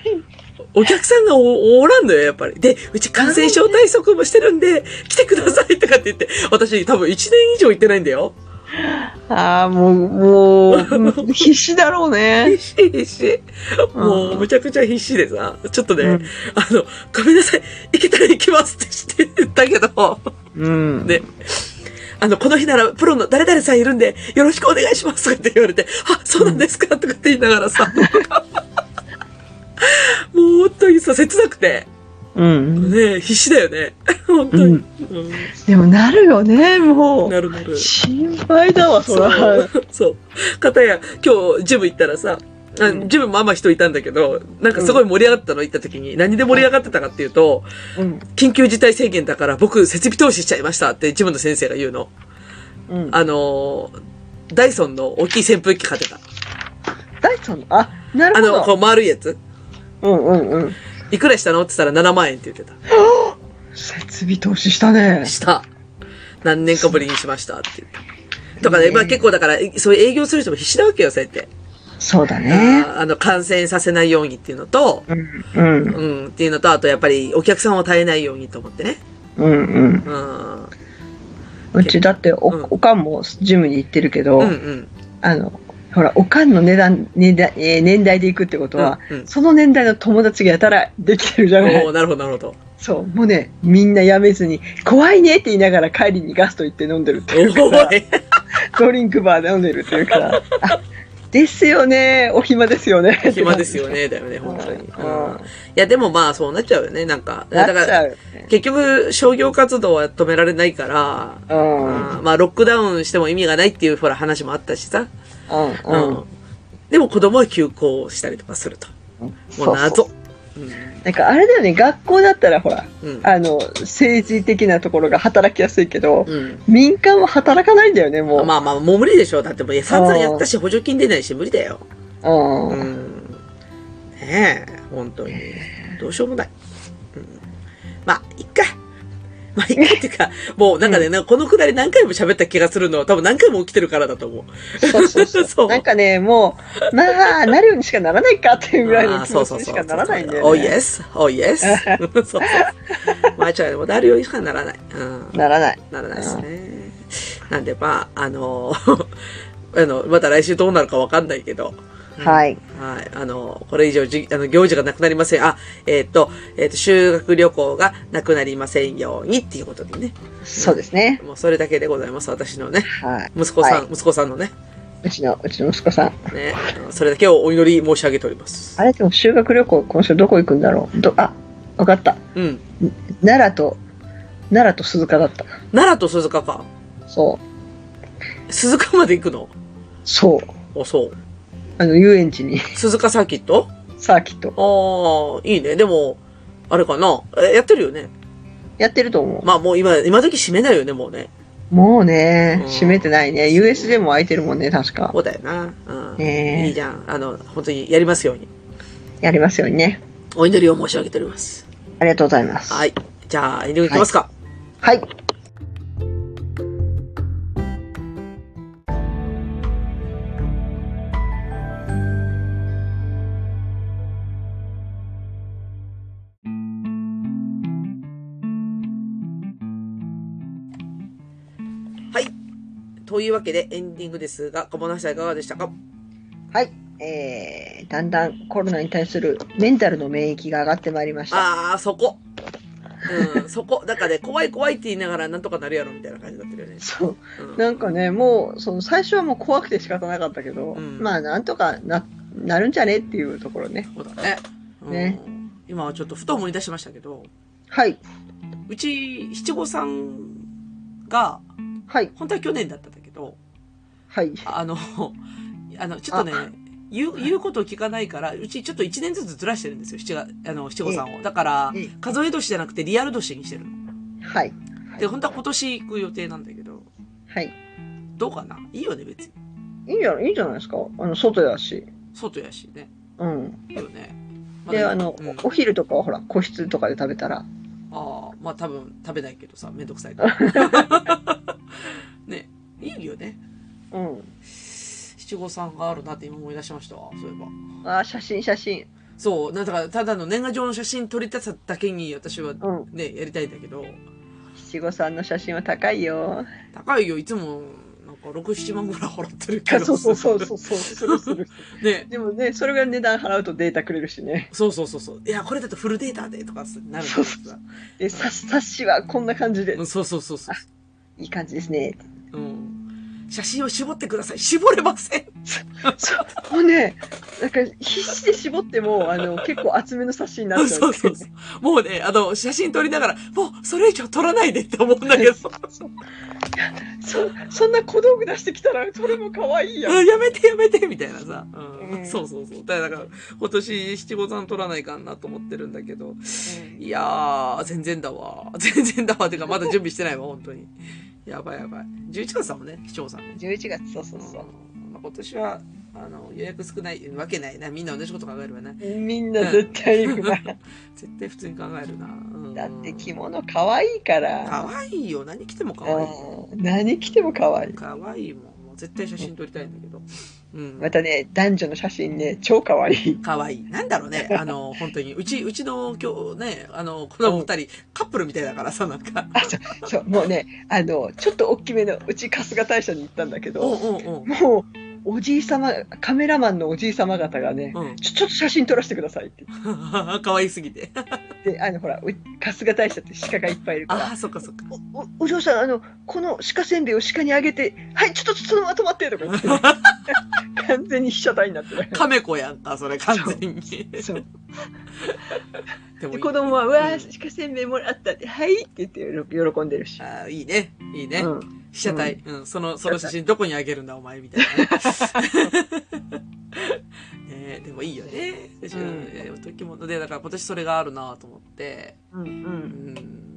S2: お客さんがおおらんのよ、やっぱり。で、うち感染症対策もしてるんで、来てくださいとかって言って、私多分1年以上行ってないんだよ。
S3: ああ、もう、もううん、必死だろうね。
S2: 必死必死。もう、むちゃくちゃ必死でさ、ちょっとね、
S3: うん
S2: あの、ごめんなさい、行けたら行きますってして言ったけど、
S3: うん。
S2: で、あの、この日ならプロの誰々さんいるんで、よろしくお願いしますとかって言われて、あ、そうなんですかとかって言いながらさ、もう本当にさ、切なくて、
S3: うん。
S2: ね必死だよね。本当に。う
S3: う
S2: ん
S3: でもなるよね、も
S2: な
S3: う。
S2: るなる。
S3: 心配だわ、そら。
S2: そう。そう。かたや、今日、ジム行ったらさ、あ
S3: うん
S2: ジムもあんま人いたんだけど、なんかすごい盛り上がったの行った時に、何で盛り上がってたかっていうと、
S3: うん。
S2: 緊急事態宣言だから僕、設備投資しちゃいましたってジムの先生が言うの。
S3: うん。
S2: あのー、ダイソンの大きい扇風機買ってた。
S3: 大さんの、あ、な
S2: あ
S3: る
S2: の、
S3: ほ
S2: こう丸いやつ。
S3: ど。うんうんうん。
S2: いくらしたのって言ったら7万円って言ってた。
S3: 設備投資したね。
S2: した。何年かぶりにしましたって言 って。とかね、まあ結構だから、いそういう営業する人も必死なわけよ、そうやって。
S3: そうだね。
S2: あーあの、感染させないようにっていうのと、
S3: うんうん
S2: うん、っていうのと、あとやっぱりお客さんを絶えないようにと思ってね。
S3: うんうん。
S2: うん。
S3: うちだってお、
S2: うん
S3: おかんもジムに行ってるけど、
S2: うんうん。
S3: あの、ほら、おかんの値段、年代、えー年代で行くってことは、
S2: うんうん
S3: その年代の友達がやたらできてるじゃない
S2: おー。なるほど、なるほ ど。
S3: そう、もうね、みんなやめずに、怖いねって言いながら帰りにガスト行って飲んでるって
S2: お
S3: いうから、
S2: ーい。
S3: ドリンクバーで飲んでるっていうから、あですよね、お暇ですよね。
S2: 暇ですよ
S3: ね。
S2: ね、だよね、本当に。うん。い
S3: うん
S2: や、でもまあ、そうなっちゃうよね、なんか。
S3: な
S2: だ
S3: っ
S2: か
S3: ちゃ
S2: ら、
S3: うよね。
S2: 結局、商業活動は止められないから、
S3: うん。
S2: うんまあ、ロックダウンしても意味がないっていう、ほら、話もあったしさ。
S3: うん。うん。
S2: でも、子供は休校したりとかすると。もう謎。
S3: そうそうなんかあれだよね、学校だったらほら、
S2: うん。
S3: あの、政治的なところが働きやすいけど、
S2: うん。
S3: 民間は働かないんだよね、もう。
S2: まあまあ、もう無理でしょ。だってもう、散々やったし、補助金出ないし、無理だよ。
S3: うん
S2: う。ん。ねえ、本当に。どうしようもない。うん、まあ、いっか。まあ、いっかっていうか、もうなんかね、なんかこのくだり何回も喋った気がするのは多分何回も起きてるからだと思う。
S3: そうそう そう
S2: そう
S3: なんかね、もう、まあ、なるようにしかならないかっていうぐらい
S2: あ
S3: の
S2: ー
S3: 気
S2: そ
S3: 持
S2: う
S3: ち
S2: そう
S3: に
S2: そ
S3: し
S2: う
S3: かならないんだよ
S2: Oh
S3: ね。
S2: yes, oh yes. そうそう。まあ、ちゃんでもなるようにしかならない。うん。
S3: ならない。
S2: ならないですね。なんで、まあ、あの あの、また来週どうなるかわかんないけど。
S3: はい。
S2: はい。あの、これ以上じ、あの、行事がなくなりません。あ、えっ、と、えっ、と、修学旅行がなくなりませんようにっていうことでね。
S3: そうですね。
S2: もうそれだけでございます。私のね。
S3: はい。
S2: 息子さん、
S3: は
S2: 息子さんのね。
S3: うちの、うちの息子さん。
S2: ね。あのそれだけをお祈り申し上げております。
S3: あれでも修学旅行、今週どこ行くんだろうど、あ、わかった。
S2: うん。
S3: 奈良と、奈良と鈴鹿だった。
S2: 奈良と鈴鹿か。
S3: そう。
S2: 鈴鹿まで行くの
S3: そう。
S2: お、そう。
S3: あの、遊園地に、
S2: 鈴鹿サーキット
S3: サーキット。
S2: ああ、いいね。でも、あれかな。えやってるよね。
S3: やってると思う。
S2: まあもう今、今時閉めないよね、もうね。
S3: もうね
S2: う、ん
S3: 閉めてないね。USJ も空いてるもんね、確か
S2: そ。うだよな。うん。
S3: ねえ
S2: いいじゃん。あの、本当にやりますように。
S3: やりますようにね。
S2: お祈りを申し上げております。
S3: ありがとうございます。
S2: はい。じゃあ、エンディングいきますか。
S3: はい。
S2: というわけでエンディングですが、小物さんいかがでしたか
S3: はい。えー、だんだんコロナに対するメンタルの免疫が上がってまいりました。
S2: ああ、そこ。うん、そこ。だからね、怖い怖いって言いながらなんとかなるやろみたいな感じになってるよね。
S3: そう。
S2: うん
S3: なんかね、もう、その最初はもう怖くて仕方なかったけど、
S2: うん
S3: まあなんとかな、なるんじゃねっていうところね。
S2: そうだね。うん
S3: ね
S2: 今はちょっとふと思い出しましたけど、
S3: はい。
S2: うち七五三が、
S3: はい。
S2: 本当は去年だったんだけど、
S3: はい。
S2: あの、あの、ちょっとね、言う、言うことを聞かないから、うちちょっと一年ずつずらしてるんですよ、七が、あの、七五三を。だから
S3: ええ、
S2: 数え年じゃなくてリアル年にしてるの。
S3: はい。
S2: で、本当は今年行く予定なんだけど、
S3: はい。
S2: どうかないいよね、別に。
S3: いいんじゃないいいんじゃないですかあの、外だし。
S2: 外やしね。
S3: うん。
S2: いいよね。ま
S3: で、
S2: だ
S3: あの、
S2: うん
S3: お昼とかはほら、個室とかで食べたら。
S2: ああ、まあ多分食べないけどさ、めんどくさいから。 ね、いいよね。
S3: うん。
S2: 七五三があるなって今思い出しましたわ、そういえば。
S3: あー、写真、写真。
S2: そう、なんだから、ただの年賀状の写真撮りたさだけに私は
S3: うん。
S2: ね、やりたいんだけど、
S3: 七五三の写真は高いよ。
S2: 高いよ、いつも、なんか6、7万ぐらい払ってるけ
S3: あ
S2: ど。
S3: そうそうそうそうそう。するする。
S2: ね。
S3: でもね、それぐらいの値段払うとデータくれるしね。
S2: そうそうそうそう。いや、これだとフルデータでとかってなるんだけどさ。
S3: で、さ冊子はこんな感じで
S2: う、んそうそうそうそう。
S3: いい感じで すね。
S2: うん。写真を絞ってください。絞れません。
S3: そう、もうね、なんか必死で絞っても、あの、結構厚めの冊子になっちゃう。
S2: そうそうそう。もうね、あの、写真撮りながら、もうそれ以上撮らないでって思うんだけど、
S3: そ、そんな小道具出してきたら、それも可愛いやん。
S2: うんやめてやめてみたいなさ。う、
S3: うんん
S2: そうそうそう。だから、だから今年七五三撮らないかなと思ってるんだけど、いやー、全然だわ。全然だわ。てか、まだ準備してないわ、本当に。やばいやばい。11月さんもね、七五三ね。
S3: 11月、そうそうそ
S2: う
S3: う。
S2: んまあ今年は、あの、予約少ないわけないな。みんな同じこと考えるわね。
S3: みんな絶対行くな。
S2: 絶対普通に考えるな。うん
S3: だって着物可愛いから。
S2: 可愛いよ。何着ても可愛いよ。
S3: うん何着ても可愛い。
S2: 可愛いもん。もう絶対写真撮りたいんだけど。うん。
S3: またね、男女の写真ね、超可愛い。
S2: 可愛いなんだろう ね。あの、本当に。うち、うちの今日ね、あの、この二人、カップルみたいだからさ、なんか。
S3: あ、そう、そう、もうね、あの、ちょっと大きめの、うち春日大社に行ったんだけ
S2: お
S3: ど、
S2: うんうん
S3: もう、おじい様、カメラマンのおじい様方がね、
S2: うん。
S3: ちょ、ちょっと写真撮らせてくださいって
S2: うん。 可愛すぎて。
S3: 言って、あの、ほら、う春日大社って鹿がいっぱいいるか
S2: あ
S3: ら
S2: あ、、そっかそっか。
S3: お、おお嬢さん、あの、この鹿せんべいを鹿にあげて、はい、ちょっとそのまま止まって、とか言 ってね、完全に被写体になってる。
S2: 亀子やんか、それ、完全に。
S3: そう。
S2: でも
S3: で
S2: いい
S3: 子供は、うわ
S2: うん
S3: ー、鹿せんべいもらったって、はいって言って喜んでるし。
S2: ああ、いいね。いいね。
S3: うん。
S2: 被写体、うん、その、その写真どこにあげるんだ、お前、みたいなね。 ねえでもいいよね。私は
S3: うん
S2: えーお着物で、だから今年それがあるなと思って、
S3: うんう。
S2: うん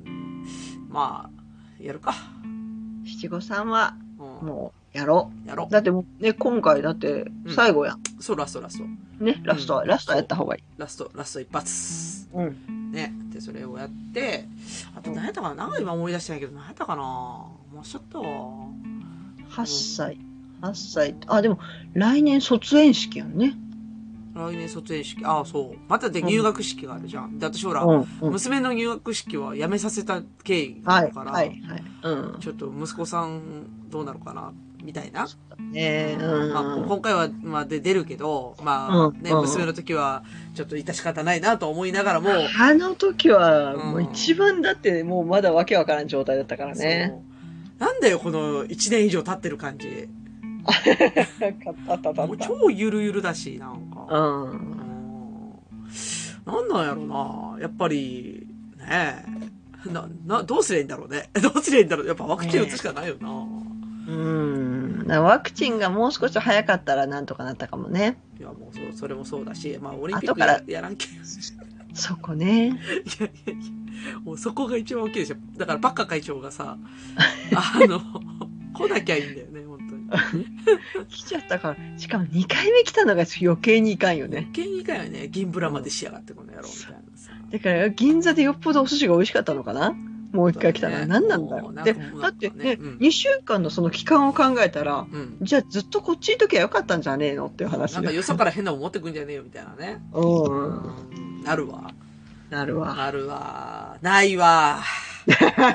S2: ん、まあ、やるか。
S3: 七五三は、
S2: うん、
S3: もう、やろ
S2: やろ
S3: う。だってもう、ね、今回だって、最後やん。
S2: う。そう、ラスト、ラスト。
S3: ね、ラストは、
S2: うん
S3: ラストはやった方がいい。
S2: ラスト、ラスト一発。
S3: うん。
S2: ね。で、それをやって、あと何やったかななんか今思い出してないけど、何やったかなもうちょっとは。
S3: 8歳。8歳。あ、でも、来年卒園式やんね。
S2: 来年卒園式。ああ、そう。またで入学式があるじゃん。で、私ほら、
S3: うん。うん
S2: 娘の入学式はやめさせた経緯があ
S3: は
S2: る
S3: い。
S2: から、
S3: はい。はい。うん。
S2: ちょっと息子さんどうなるかなみたいな。
S3: ねえ、うん。
S2: まあ、今回は、まあ、で出るけど、まあ、ね、
S3: うん
S2: 娘の時は、ちょっと致し方ないなと思いながらも、
S3: あの時は、
S2: うん
S3: もう一番だって、もうまだわけわからん状態だったからね。
S2: そうなんだよ、この1年以上経ってる感じ。
S3: なんかあったあったあ
S2: もう
S3: った。
S2: 超ゆるゆるだし、なんか。
S3: う。
S2: うんんなんなんやろな。やっぱり、ねえ。な、な、どうすりゃいいんだろうね。 どうすりゃいいんだろう。やっぱワクチン打つしかないよな。
S3: うん。ワクチンがもう少し早かったらなんとかなったかもね。
S2: いや、もうそ、それもそうだし、まあ、オリンピック
S3: 後から
S2: ややらん け。い
S3: そこね。
S2: やいやいや、もうそこが一番大きいでしょ。だから、バッカ会長が さ、あの、来なきゃいいんだよね、本当に。
S3: 来ちゃったから。しかも2回目来たのが余計にいかんよね。
S2: 県以外はね、銀ブラまでしやがってこの野郎みたいなさ。
S3: だから銀座でよっぽどお寿司が美味しかったのかなもう一回来たのは
S2: そうだね
S3: 何なんだろ
S2: もう
S3: う。
S2: なんか
S3: で、
S2: もう
S3: だ
S2: なんか
S3: っ
S2: ね
S3: てね、
S2: うん
S3: 2週間のその期間を考えたら、
S2: うん。
S3: じゃあずっとこっちにいときゃよかったんじゃねえのっていう話
S2: なんかよそから変なもん持ってくんじゃねえよ、みたいなね。
S3: う。
S2: うんん。なるわ。
S3: なるわ。
S2: あるわ。ないわ。な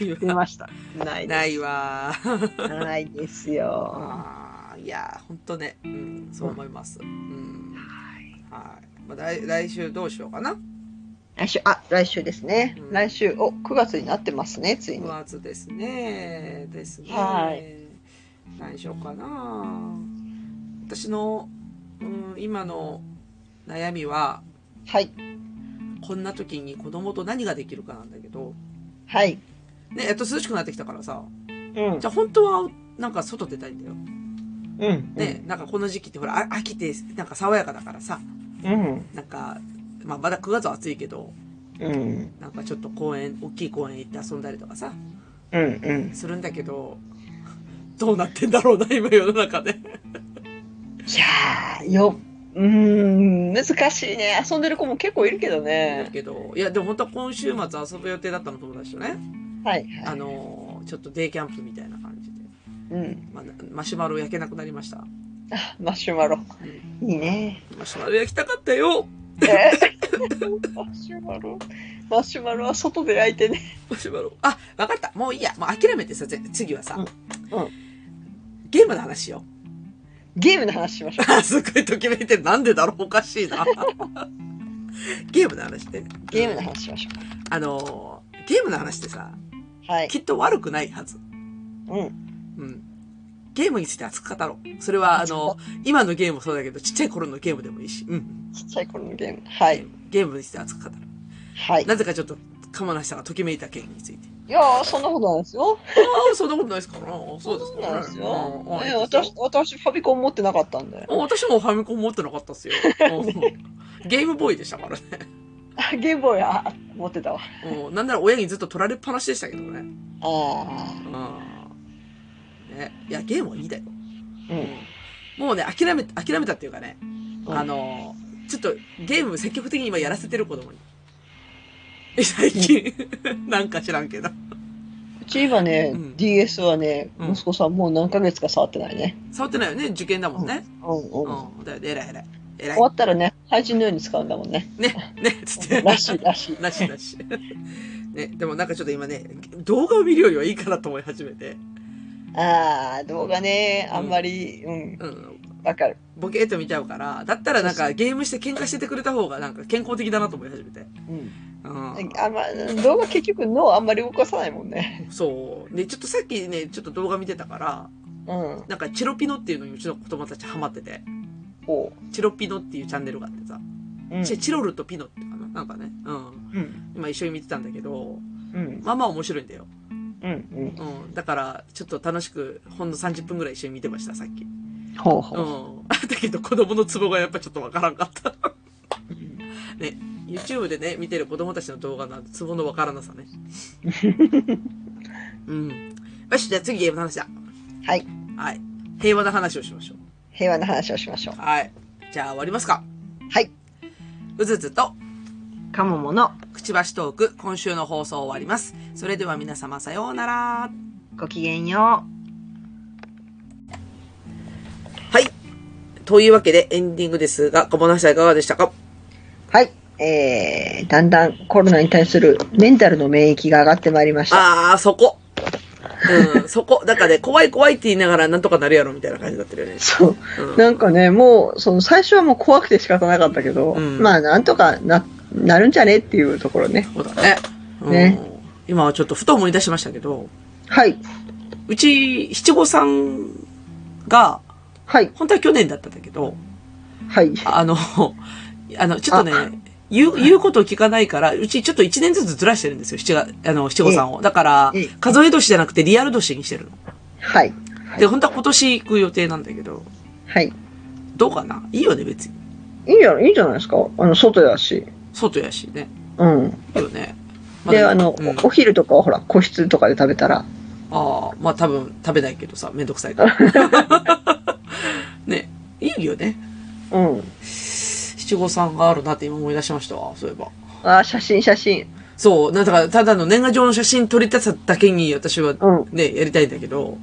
S2: いわ
S3: 出ました。ないです。
S2: ないわー。
S3: ないですよ。
S2: あーいやー、ほんとね、うん、そう思います。うん。
S3: はい
S2: はい。まあ、来来週どうしようかな。
S3: 来週、あ、来週ですね。
S2: うん
S3: 来週、お、9月になってますね、ついに。
S2: 5月ですね。ですね。
S3: はい
S2: 何しようかな。私の、うん、今の悩みは、
S3: はい。
S2: こんな時に子供と何ができるかなんだけど、
S3: はい。
S2: ね、やっと涼しくなってきたからさ、
S3: うん
S2: じ。ゃあ本当は、なんか外出たいんだよ。
S3: うん。
S2: ね、なんかこの時期ってほら、あ秋ってなんか爽やかだからさ、
S3: うん。
S2: なんか、まあまだ9月は暑いけど、
S3: うん。
S2: なんかちょっと公園、大きい公園行って遊んだりとかさ、
S3: うん。うん。
S2: するんだけど、どうなってんだろうな、今世の中で。
S3: いやー、よ、うーん、難しいね。遊んでる子も結構いるけど
S2: だ
S3: ね。
S2: けど、いや、でも本当は今週末遊ぶ予定だったの友達とね、
S3: はい、
S2: あ
S3: はい。
S2: の、ちょっとデイキャンプみたいな感じで、
S3: うん。
S2: まあ、マシュマロ焼けなくなりました。
S3: あ、マシュマロ。いいね。
S2: マシュマロ焼きたかったよ
S3: え ーマシュマロ。マシュマロは外で焼いてね。
S2: マシュマロ。あ、わかった。もういいや。もう諦めてさ、ぜ次はさ、
S3: うんう
S2: ゲームの話よ。
S3: ゲームの話しましょう。
S2: あすごいときめいてるなんでだろうおかしい な。ゲームの話ね。
S3: ゲームの話しましょ
S2: あのー、ゲームの話ってさ、
S3: う。はい。
S2: きっと悪くないはず。
S3: うん。
S2: うん。ゲームについて熱く語ろう。それは、あの、今のゲームもそうだけど、ちっちゃい頃のゲームでもいいし。うん。
S3: ちっちゃい頃のゲーム。はい。
S2: ゲームについて熱く語ろう。
S3: はい。
S2: なぜかちょっと、鎌梨さんがときめいた件について。
S3: いやー、そんなことないですよ。
S2: ああ、そんなことないですから。そうです
S3: そ
S2: か
S3: うなんですよ。
S2: うんうん
S3: ね私、私、ファビコン持ってなかったんで。
S2: あ私もファミコン持ってなかったっすよ。うんゲームボーイでしたからね。
S3: あ、ゲームボーイはあ持ってたわ。
S2: うんなんなら親にずっと取られっぱなしでしたけどね。
S3: あ
S2: うんね、いや、ゲームはいいだよ。
S3: ー。うん。
S2: もうね、諦め、諦めたっていうかね、
S3: うん
S2: あの、ちょっとゲーム積極的に今やらせてる子供に。え 最近、なんか知らんけど。
S3: うち今ね、
S2: うん
S3: DS はね、
S2: うん
S3: 息子さんもう何ヶ月か触ってないね。
S2: 触ってないよね、受験だもんね。
S3: うんうん。
S2: う
S3: 終
S2: ん、だよね、偉い偉い。偉い
S3: わ。ったらね、配信のように使うんだもんね。
S2: ね、ね、つって。
S3: らしいらしい。
S2: なしなし。 ね、でもなんかちょっと今ね、動画を見るよりはいいかなと思い始めて。
S3: ああ、動画ね、あんまり、うん、
S2: うん。
S3: わ、かる。
S2: ボケーっと見ちゃうから、だったらなんかゲームして喧嘩しててくれた方がなんか健康的だなと思い始めて。
S3: うん。
S2: うん。
S3: あんま、動画結局脳あんまり動かさないもんね。
S2: そう。で、ちょっとさっきね、ちょっと動画見てたから、
S3: うん。
S2: なんかチェロピノっていうのにうちの子供たちハマってて、
S3: こ
S2: チェロピノっていうチャンネルがあってさ、
S3: う。うん。
S2: チェチロルとピノってかななんかね、うん。
S3: うん。
S2: 今一緒に見てたんだけど、
S3: うん。
S2: まあまあ面白いんだよ。
S3: うん。うん。
S2: うん。だから、ちょっと楽しく、ほんの30分ぐらい一緒に見てました、さっき。
S3: ほう
S2: う
S3: ほう。
S2: ん。 だけど子供のツボがやっぱちょっとわからんかった。ね、YouTube でね、見てる子供たちの動画のツボのわからなさ ね。うん。よし、じゃあ次ゲームの話だ。
S3: はい。
S2: はい。平和な話をしましょう。
S3: 平和な話をしましょう。
S2: はい。じゃあ終わりますか。
S3: はい。
S2: うずうずと、
S3: かももの、
S2: くちばしトーク、今週の放送終わります。それでは皆様さようなら。は
S3: ごきげんよう。
S2: い。というわけでエンディングですが、小物さんいかがでしたか
S3: はい。えー、だんだんコロナに対するメンタルの免疫が上がってまいりました。
S2: ああ、そこ。うん、そこ。だからね、怖い怖いって言いながらなんとかなるやろみたいな感じになってるよね。
S3: そう。
S2: うん
S3: なんかね、もう、その最初はもう怖くて仕方なかったけど、
S2: うん
S3: まあなんとかな、なるんじゃねっていうところね。
S2: そうだね。うん
S3: ね
S2: 今はちょっとふと思い出しましたけど、
S3: はい。
S2: うち七五三が、
S3: はい。
S2: 本当は去年だったんだけど、
S3: はい。
S2: あの、あの、ちょっと
S3: あ
S2: ね、言う、言うことを聞かないから、うちちょっと一年ずつずらしてるんですよ、七月、あの、七五三を。だから
S3: ええ、
S2: 数え年じゃなくてリアル年にしてるの。
S3: はい。
S2: で、本当は今年行く予定なんだけど、
S3: はい。
S2: どうかないいよね、別に。
S3: いいんじゃ、いいんじゃないですかあの、外だし。
S2: 外やしね。
S3: うん。
S2: いいよね。ま
S3: で、
S2: だ
S3: あの、
S2: うん
S3: お昼とかはほら、個室とかで食べたら、
S2: ああ、まあ多分食べないけどさ、めんどくさい から。ね、いいよね。
S3: うん。
S2: 七五三があるなって今思い出しましたわ、そういえば。
S3: あー、写真、写真。
S2: そう、なんだから、ただの年賀状の写真撮りたさだけに私は
S3: うん
S2: ね、やりたいんだけど、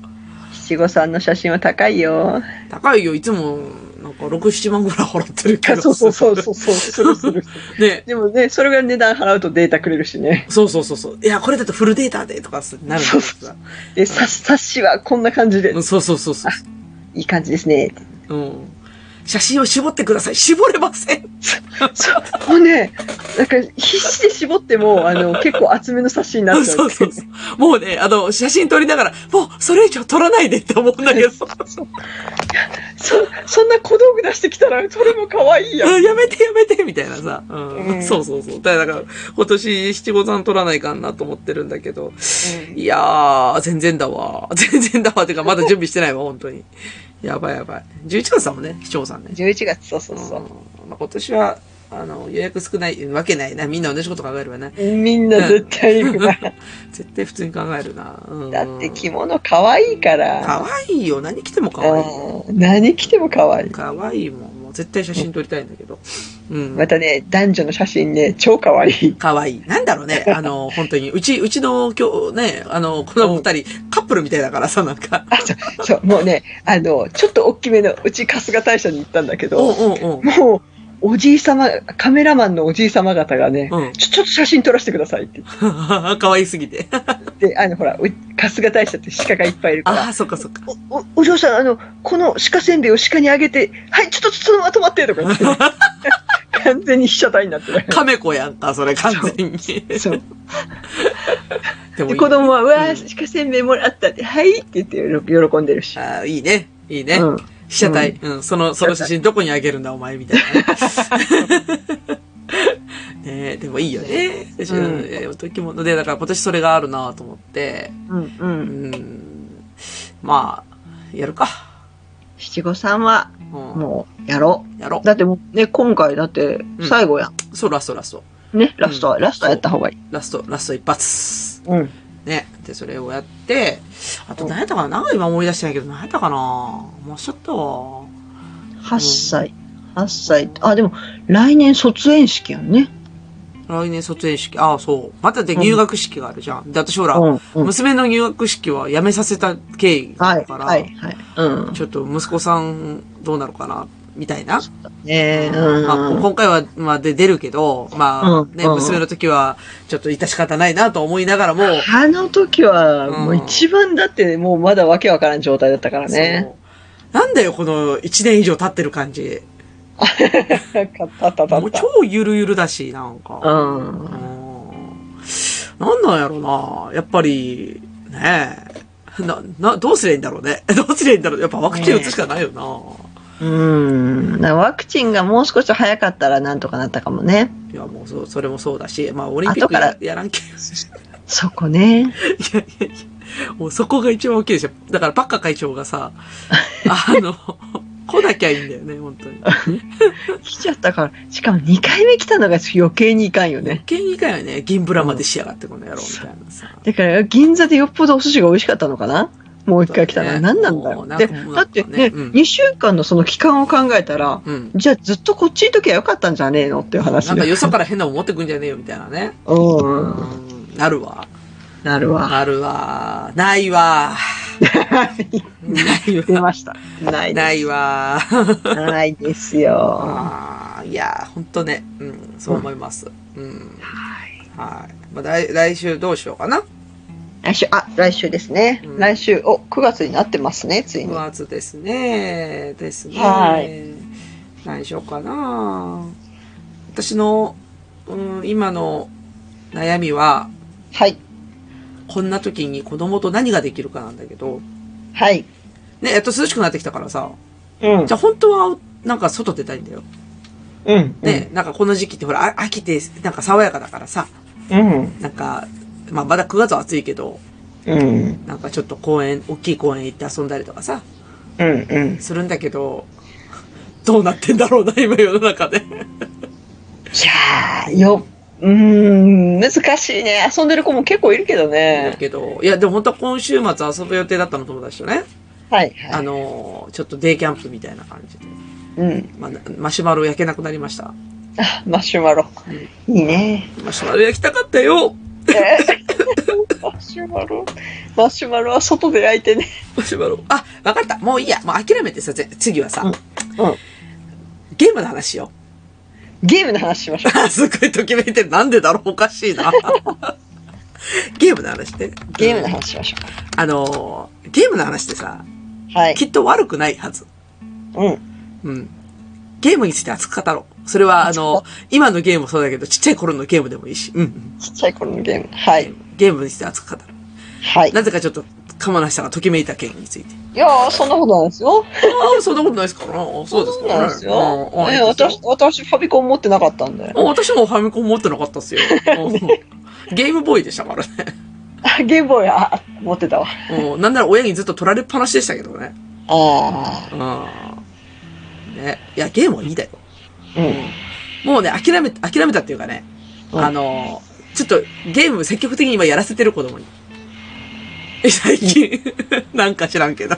S3: 七五三の写真は高いよ。
S2: 高いよ、いつも、なんか、 6、7万ぐらい払ってるけど。
S3: そうそうそうそうそう、するする。
S2: ね。
S3: でもね、それぐらい値段払うとデータくれるしね。
S2: そうそうそうそう。いや、これだとフルデータでとかなるんだけどさ。
S3: で、さ、冊子はこんな感じで
S2: う、んそうそうそうそ
S3: いい感じですね。
S2: う。うん。写真を絞ってください。絞れません。
S3: そう、もうね、なんか必死で絞っても、あの、結構厚めの冊子になっちゃう。
S2: そうそうそう。もうね、あの、写真撮りながら、もう、それ以上撮らないでって思うんだけど。
S3: そ、 そんな小道具出してきたら、それも可愛いやん。
S2: うんやめてやめてみたいなさ。う。
S3: うんん
S2: そうそうそう。だから、だから今年七五三撮らないかんなと思ってるんだけど。いやー、全然だわ。 全然だわ。てか、まだ準備してないわ、本当に。やばいやばい。11月さんもんね、市長さんね。
S4: 11月、そうそうそう。
S2: うんまあ、今年は、あの、予約少ないわけないな。みんな同じこと考えればね。
S3: みんな絶対行くな。
S2: 絶対普通に考えるな。うん、
S4: だって着物可愛いから。
S2: 可愛いよ。何着ても可愛いよ。
S4: うん
S3: 何着ても可愛い。
S2: 可愛いもん。もう絶対写真撮りたいんだけど。うん。
S3: またね、男女の写真ね、超可愛い。
S2: 可愛い。なんだろ うね。あの、本当に。うち、うちの今日ね、あの、この二人、カップルみたいだからさ、なんか。
S3: そう、もうね、あの、ちょっと大きめの、うち春日大社に行ったんだけ
S2: お
S3: ど、
S2: うんうん
S3: もう、おじい様、カメラマンのおじい様方がね、
S2: うん
S3: ちょ、ちょっと写真撮らせてくださいって
S2: うん。可愛すぎて。
S3: 言って、あの、ほら、う春日大社って鹿がいっぱいいるか
S2: あ
S3: ら、
S2: あ、そっかそっか。
S3: お、お、お嬢さん、あの、この鹿せんべいを鹿にあげて、はい、ちょっとそのまま止まって、とか 言って、完全に被写体になってる。
S2: 亀子やんか、それ完全に。
S3: そう。
S2: でもい
S3: で、
S2: い
S3: 子供は、うわ
S2: うん
S3: ー、鹿せんべいもらったって、はいって言って喜んでるし。
S2: ああ、いいね。いいね。
S3: うん。
S2: 被写体。うん。その、その写真どこにあげるんだ、お前、みたいな。 ねえ、でもいいよね。私
S3: うん
S2: うんえーお着物で、だから今年それがあるなと思って。
S3: うん、う。
S2: うんん。まあ、やるか。
S3: 七五三は、
S2: うん。
S3: もう、やろ
S2: やろ
S3: う。だってもう、ね、今回だって、最後やん。
S2: う。そらそらそう。
S3: ね、ラストは、ラストはやった方がいい。
S2: ラスト、ラスト一発。
S3: うん。
S2: ね。で、それをやって、あと何やったかななんか今思い出してないけど、何やったかなもうちょっと、
S3: 8歳。8歳。あ、でも、来年卒園式やんね。
S2: 来年卒園式、ああ、そう。またで入学式があるじゃん。で、私ほら、
S3: うん。うん、
S2: 娘の入学式はやめさせた経緯があ
S3: は
S2: る
S3: い。
S2: から、
S3: はい。はい。うん。
S2: ちょっと息子さんどうなるかな、みたいな。
S3: ねえ、うん。
S2: まあ、今回は、まあ、で、出るけど、まあ、ね、
S3: うんうん
S2: 娘の時は、ちょっと致し方ないなと思いながらも、
S3: あの時は、
S2: うん
S3: もう一番だって、もうまだわけわからん状態だったからね。
S2: そうなんだよ、この1年以上経ってる感じ。
S3: あったあったあった
S2: もう超ゆるゆるだし、なん
S3: う
S2: か。
S3: ん。
S2: うん。なんなんやろな。やっぱり、ねえ。な、な、どうすりゃいいんだろうね。 どうすりゃいいんだろう。やっぱワクチン打つしかないよな。
S3: うん。なワクチンがもう少し早かったらなんとかなったかもね。
S2: いや、もうそ、それもそうだし、まあ、オリンピック
S3: 後から
S2: ややらんけ。い
S3: そこね。
S2: やいやいや、 もうそこが一番大きいでしょ。だから、パッカ会長が さ、あの、来なきゃいいんだよね、本当に。
S3: 来ちゃったから。しかも2回目来たのが余計にいかんよね。
S2: 県議会はね、銀ブラまでしやがってこの野郎みたいなさ。
S3: だから、銀座でよっぽどお寿司が美味しかったのかなもう一回来たのは
S2: そうだね
S3: 何なんだろ
S2: もう
S3: う。
S2: なん
S3: で、
S2: かもう
S3: だ
S2: なん
S3: っ
S2: かね
S3: てね、
S2: うん
S3: 2週間のその期間を考えたら、
S2: うん。
S3: じゃあずっとこっちにいときゃよかったんじゃねえのっていう話
S2: なんか
S3: で。
S2: よそから変なもん持ってくんじゃねえよ、みたいなね。
S3: うん。
S2: うんなるわ。
S3: なるわ。
S2: あるわ。ない わ。ない
S3: 出
S2: わ。
S3: ました。ないです。
S2: ないわ。
S3: ないですよ。
S2: あーいやー、ほんとね。うん、そう思います。うん。はい。まあ、来来週どうしようかな。
S3: 来週、あ、来週ですね。
S2: うん
S3: 来週、お、9月になってますね、ついに。
S2: 9月ですね。ですね。
S3: は
S2: 何しようかな。私の、うん、今の悩みは、
S3: はい。
S2: こんな時に子供と何ができるかなんだけど、
S3: はい。
S2: ね、やっと涼しくなってきたからさ、
S3: うん
S2: じ。ゃあ本当は、なんか外出たいんだよ。
S3: うん。
S2: ね、なんかこの時期ってほら、あ秋ってなんか爽やかだからさ、
S3: うん。
S2: なんか、まあまだ9月は暑いけど、
S3: うん。
S2: なんかちょっと公園、大きい公園行って遊んだりとかさ、
S3: うん。うん。
S2: するんだけど、どうなってんだろうな、今世の中で。
S3: いやー、よ、うーん、難しいね。遊んでる子も結構いるけど
S2: だ
S3: ね。
S2: けど、いや、でも本当は今週末遊ぶ予定だったの友達とね、
S3: はい、
S2: あ
S3: はい。
S2: の、ちょっとデイキャンプみたいな感じで、
S3: うん。
S2: まあ、なマシュマロ焼けなくなりました。
S3: あ、マシュマロ。いいね。
S2: マシュマロ焼きたかったよ
S3: えーマシュマロ。マシュマロは外で焼いてね。
S2: マシュマロ。あ、わかった。もういいや。もう諦めてさ、ぜ次はさ、
S3: うん
S2: ゲームの話よ。
S3: ゲームの話しましょう。
S2: あ すごいときめいて、なんでだろうおかしいな。 ゲームの話ね。
S3: ゲームの話しましょ
S2: あのー、ゲームの話ってさ、
S3: う。はい。
S2: きっと悪くないはず。
S3: うん。
S2: うん。ゲームについて熱く語ろう。それは、あの、今のゲームもそうだけど、ちっちゃい頃のゲームでもいいし。うんうん。
S3: ちっちゃい頃のゲーム。はい。
S2: ゲームについて熱く語ろ
S3: はい。
S2: う。なぜかちょっと、鎌梨さんがときめいた件について。
S3: いやー、そんなことないですよ。
S2: ああ、そんなことないですかあそうですか、
S3: そうなんですよ。
S2: うんうん
S3: ね私、私、ファビコン持ってなかったんで
S2: あ。私もファミコン持ってなかったっす よ。うんゲームボーイでしたからね。
S3: あ、ゲームボーイ、あ、あ持ってたわ。
S2: うんなんなら親にずっと取られっぱなしでしたけどね。
S3: あ
S2: うんね。いや、ゲームはいいだよ。
S3: あ。うん。
S2: もうね、諦め、諦めたっていうかね、
S3: うん
S2: あの、ちょっとゲーム積極的に今やらせてる子供に。え最近、 なんか知らんけど。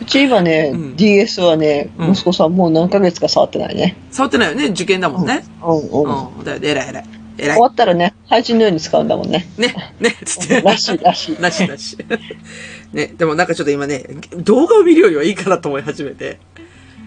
S3: うち今ね、
S2: うん
S3: DS はね、
S2: うん
S3: 息子さんもう何ヶ月か触ってないね。
S2: 触ってないよね、受験だもんね。
S3: うんうん。終
S2: うん。だよね、偉い偉い。偉い
S3: わ。ったらね、配信のように使うんだもんね。
S2: ね、ね、つって。
S3: らしいらしい。
S2: なしなし。ね、でもなんかちょっと今ね、動画を見るよりはいいかなと思い始めて。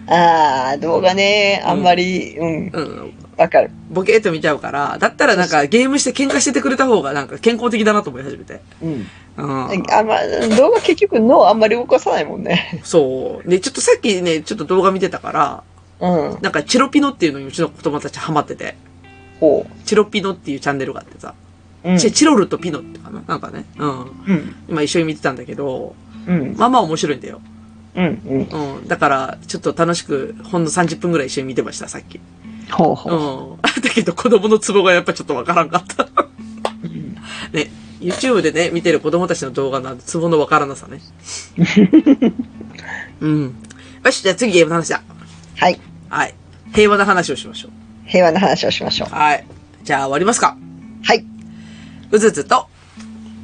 S3: ああ、動画ね、あんまり、うん、
S2: うん。
S3: わかる。
S2: ボケーっと見ちゃうから、だったらなんかゲームして喧嘩しててくれた方がなんか健康的だなと思い始めて。
S3: うん。
S2: うん。
S3: あんま、動画結局脳あんまり動かさないもんね。
S2: そう。で、ちょっとさっきね、ちょっと動画見てたから、
S3: うん。
S2: なんかチェロピノっていうのにうちの子供たちハマってて、
S3: こ
S2: チェロピノっていうチャンネルがあってさ、
S3: う。うん。
S2: チェチロルとピノってかななんかね。うん。
S3: うん。
S2: 今一緒に見てたんだけど、
S3: うん。
S2: まあまあ面白いんだよ。
S3: うん。うん。
S2: うん。だから、ちょっと楽しく、ほんの30分ぐらい一緒に見てました、さっき。
S3: ほうほう。
S2: うん。 だけど子供のツボがやっぱちょっとわからんかった。ね、YouTube でね、見てる子供たちの動画のツボのわからなさ ね。うん。よし、じゃあ次ゲームの話だ。
S3: はい。
S2: はい。平和な話をしましょう。
S3: 平和な話をしましょう。
S2: はい。じゃあ終わりますか。
S3: はい。
S2: うずうずと、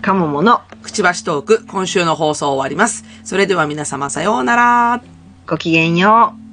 S5: かももの
S2: くちばしトーク、今週の放送を終わります。それでは皆様さようなら。
S5: ごきげんよう。